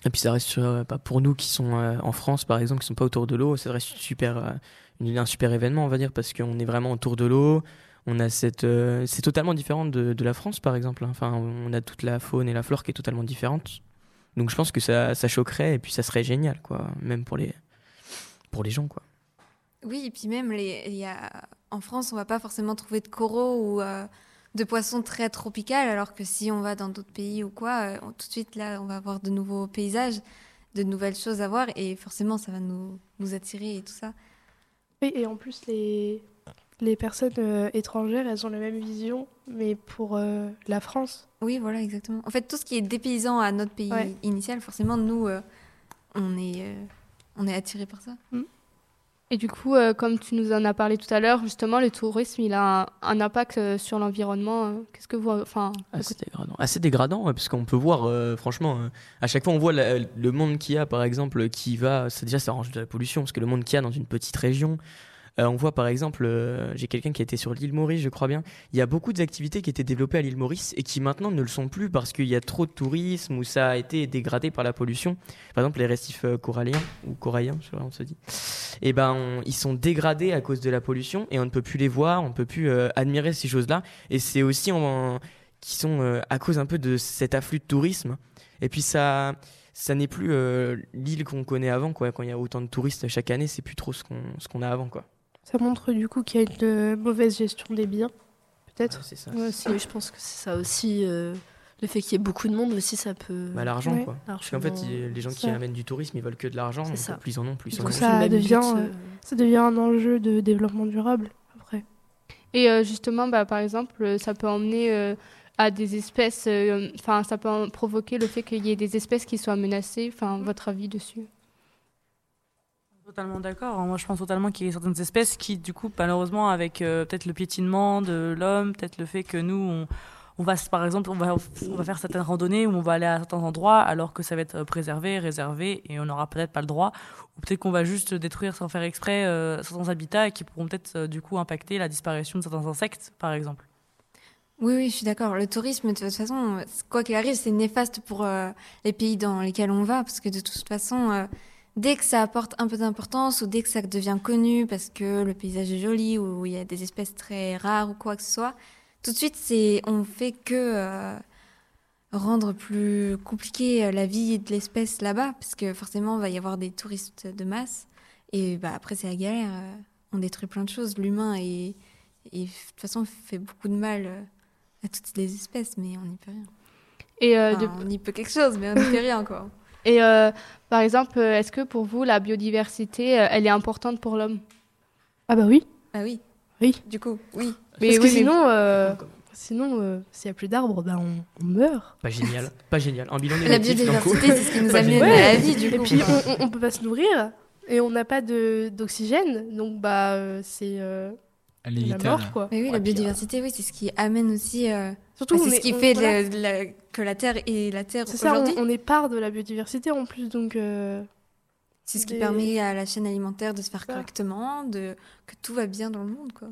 Speaker 3: Et puis ça reste sur, euh, bah, pour nous qui sont euh, en France, par exemple, qui sont pas autour de l'eau, ça reste super, euh, une- un super événement, on va dire, parce qu'on est vraiment autour de l'eau. On a cette, euh, c'est totalement différent de, de la France, par exemple. hein. Enfin, on a toute la faune et la flore qui est totalement différente. Donc je pense que ça, ça choquerait et puis ça serait génial, quoi, même pour les, pour les gens, quoi.
Speaker 4: Oui, et puis même, les, il y a, en France, on va pas forcément trouver de coraux ou euh, de poissons très tropicales, alors que si on va dans d'autres pays ou quoi, euh, on- tout de suite, là, on va avoir de nouveaux paysages, de nouvelles choses à voir, et forcément, ça va nous, nous attirer et tout ça.
Speaker 2: Oui, et en plus, les, les personnes euh, étrangères, elles ont la même vision, mais pour euh, la France.
Speaker 4: Oui, voilà, exactement. En fait, tout ce qui est dépaysant à notre pays
Speaker 2: Ouais.
Speaker 4: initial, forcément, nous, euh, on est, euh, on est attiré par ça.
Speaker 5: Et du coup, euh, comme tu nous en as parlé tout à l'heure, justement, le tourisme, il a un, un impact euh, sur l'environnement. euh, Qu'est-ce que vous, enfin,
Speaker 3: Assez Ah, dégradant. Assez dégradant, ouais, parce qu'on peut voir, euh, franchement, euh, à chaque fois on voit la- le monde qu'il y a, par exemple, qui va. c'est Déjà, ça arrange de la pollution, parce que le monde qu'il y a dans une petite région, Euh, on voit par exemple, euh, j'ai quelqu'un qui a été sur l'île Maurice, je crois bien. Il y a beaucoup d'activités qui étaient développées à l'île Maurice et qui maintenant ne le sont plus parce qu'il y a trop de tourisme ou ça a été dégradé par la pollution. Par exemple, les récifs euh, coralliens ou coralliens, je sais pas, on se dit. Et ben, on- ils sont dégradés à cause de la pollution et on ne peut plus les voir, on ne peut plus euh, admirer ces choses-là. Et c'est aussi en- qui sont euh, à cause un peu de cet afflux de tourisme. Et puis ça, ça n'est plus euh, l'île qu'on connaît avant, quoi. Quand il y a autant de touristes chaque année, c'est plus trop ce qu'on ce qu'on a avant, quoi.
Speaker 2: Ça montre du coup qu'il y a une euh, mauvaise gestion des biens, peut-être.
Speaker 3: c'est ça.
Speaker 8: Ouais, c'est- je pense que c'est ça aussi. euh, le fait qu'il y ait beaucoup de monde aussi, ça peut.
Speaker 3: Bah, l'argent,
Speaker 8: Ouais,
Speaker 3: quoi. Parce qu'en fait,
Speaker 8: largement,
Speaker 3: il- les gens qui
Speaker 8: ça.
Speaker 3: amènent du tourisme, ils veulent que de l'argent,
Speaker 8: C'est
Speaker 3: donc
Speaker 8: ça.
Speaker 3: plus ils en ont, plus
Speaker 8: Du
Speaker 3: ils en
Speaker 8: coup,
Speaker 3: ont.
Speaker 8: le
Speaker 2: Ça
Speaker 8: même but,
Speaker 2: devient,
Speaker 8: euh,
Speaker 2: euh, ça devient un enjeu de développement durable après.
Speaker 5: Et euh, justement, bah, par exemple, euh, ça peut emmener euh, à des espèces, euh, enfin, ça peut en- provoquer le fait qu'il y ait des espèces qui soient menacées.
Speaker 2: Mm.
Speaker 5: Enfin, votre avis dessus
Speaker 7: Totalement d'accord. hein. Moi, je pense totalement qu'il y a certaines espèces qui, du coup, malheureusement, avec euh, peut-être le piétinement de l'homme, peut-être le fait que nous, on, on va, se- par exemple, on va, on va faire certaines randonnées ou on va aller à certains endroits alors que ça va être euh, préservé, réservé et on n'aura peut-être pas le droit. Ou peut-être qu'on va juste détruire sans faire exprès euh, certains habitats et qui pourront peut-être, euh, du coup, impacter la disparition de certains insectes, par exemple.
Speaker 4: Oui, oui, je suis d'accord. Le tourisme, de toute façon, euh, quoi qu'il arrive, c'est néfaste pour euh, les pays dans lesquels on va, parce que de toute façon, euh, dès que ça apporte un peu d'importance ou dès que ça devient connu, parce que le paysage est joli ou il y a des espèces très rares ou quoi que ce soit, tout de suite, c'est on fait que euh, rendre plus compliquée euh, la vie de l'espèce là-bas, parce que forcément, il va y avoir des touristes de masse, et bah après, c'est la galère. euh, On détruit plein de choses. L'humain est et de toute façon fait beaucoup de mal euh, à toutes les espèces, mais on n'y peut rien.
Speaker 5: Et
Speaker 2: Bah,
Speaker 5: euh,
Speaker 4: Enfin,
Speaker 5: de-
Speaker 4: On y peut quelque chose, mais on n'y peut rien, quoi.
Speaker 5: Et euh, par exemple, euh, est-ce que pour vous, la biodiversité, euh, elle est importante pour l'homme
Speaker 2: Ah bah oui.
Speaker 4: Ah oui.
Speaker 2: Oui.
Speaker 4: Du coup, oui.
Speaker 5: Mais
Speaker 2: Parce que
Speaker 5: oui, mais-
Speaker 2: sinon, euh, sinon, euh, s'il n'y a plus d'arbres, bah, on, on meurt.
Speaker 3: Pas génial, pas génial. Un bilan
Speaker 4: La
Speaker 3: négatif, d'un coup.
Speaker 4: biodiversité, c'est ce qui nous
Speaker 3: Pas
Speaker 4: amène
Speaker 3: génial.
Speaker 4: à la vie, du
Speaker 2: Et
Speaker 4: coup.
Speaker 2: puis on, on, on peut pas se nourrir et on n'a pas de d'oxygène, donc bah euh, c'est euh,
Speaker 6: Elle est
Speaker 2: la
Speaker 6: vitale.
Speaker 2: mort quoi.
Speaker 4: Mais oui, la biodiversité, oui, c'est ce qui amène aussi. euh,
Speaker 2: Surtout,
Speaker 4: bah,
Speaker 2: on
Speaker 4: c'est ce
Speaker 2: est-
Speaker 4: qui
Speaker 2: on-
Speaker 4: fait
Speaker 2: voilà.
Speaker 4: le- la- que la Terre est la Terre
Speaker 2: C'est ça,
Speaker 4: aujourd'hui.
Speaker 2: on, on est part de la biodiversité en plus, donc euh,
Speaker 4: C'est ce qui
Speaker 2: des-
Speaker 4: permet à la chaîne alimentaire de se faire
Speaker 2: Ça.
Speaker 4: correctement, de que tout va bien dans le monde, quoi.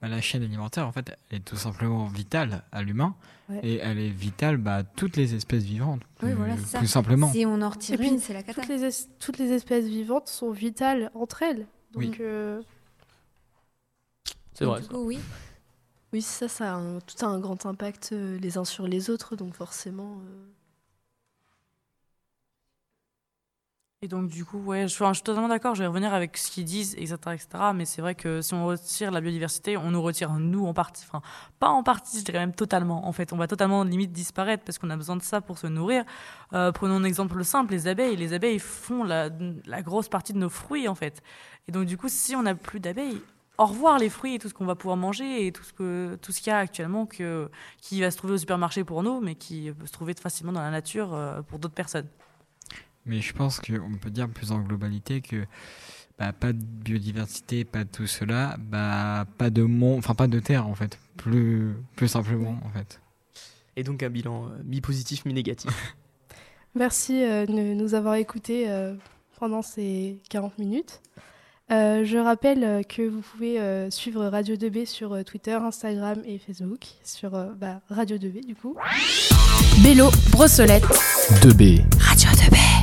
Speaker 6: Bah, la chaîne alimentaire, en fait, elle est tout simplement vitale à l'humain.
Speaker 2: Ouais.
Speaker 6: Et elle est vitale bah, à toutes les espèces vivantes.
Speaker 4: Oui,
Speaker 6: plus-
Speaker 4: voilà, c'est ça.
Speaker 6: Plus simplement.
Speaker 4: Si on en retire
Speaker 2: Et puis,
Speaker 4: une, c'est la cata.
Speaker 2: toutes les, es- toutes les espèces vivantes sont vitales entre elles. Donc
Speaker 6: Oui.
Speaker 2: euh,
Speaker 3: C'est vrai.
Speaker 4: Du coup, oui.
Speaker 8: Oui, ça, ça a un- tout a un grand impact euh, les uns sur les autres, donc forcément. euh,
Speaker 7: Et donc, du coup, ouais, je, suis- je suis totalement d'accord, je vais revenir avec ce qu'ils disent, etc., etc. Mais c'est vrai que si on retire la biodiversité, on nous retire, nous, en partie. Enfin, pas en partie, je dirais même totalement, en fait. On va totalement, limite, disparaître parce qu'on a besoin de ça pour se nourrir. Euh, prenons un exemple simple, les abeilles. Les abeilles font la, la grosse partie de nos fruits, en fait. Et donc, du coup, si on n'a plus d'abeilles, au revoir les fruits et tout ce qu'on va pouvoir manger et tout ce que tout ce qu'il y a actuellement que, qui va se trouver au supermarché pour nous, mais qui peut se trouver facilement dans la nature euh, pour d'autres personnes.
Speaker 6: Mais je pense qu'on peut dire plus en globalité que bah, pas de biodiversité, pas de tout cela, bah, pas de monde, enfin pas de terre en fait, plus, plus simplement en fait.
Speaker 3: Et donc un bilan euh, mi-positif, mi-négatif.
Speaker 2: merci euh, de nous avoir écoutés euh, pendant ces 40 minutes. Euh, je rappelle euh, que vous pouvez euh, suivre Radio 2B sur euh, Twitter, Instagram et Facebook, sur euh, bah, Radio 2B du coup.
Speaker 9: Bello, Brossolette,
Speaker 12: 2B.
Speaker 9: Radio 2B.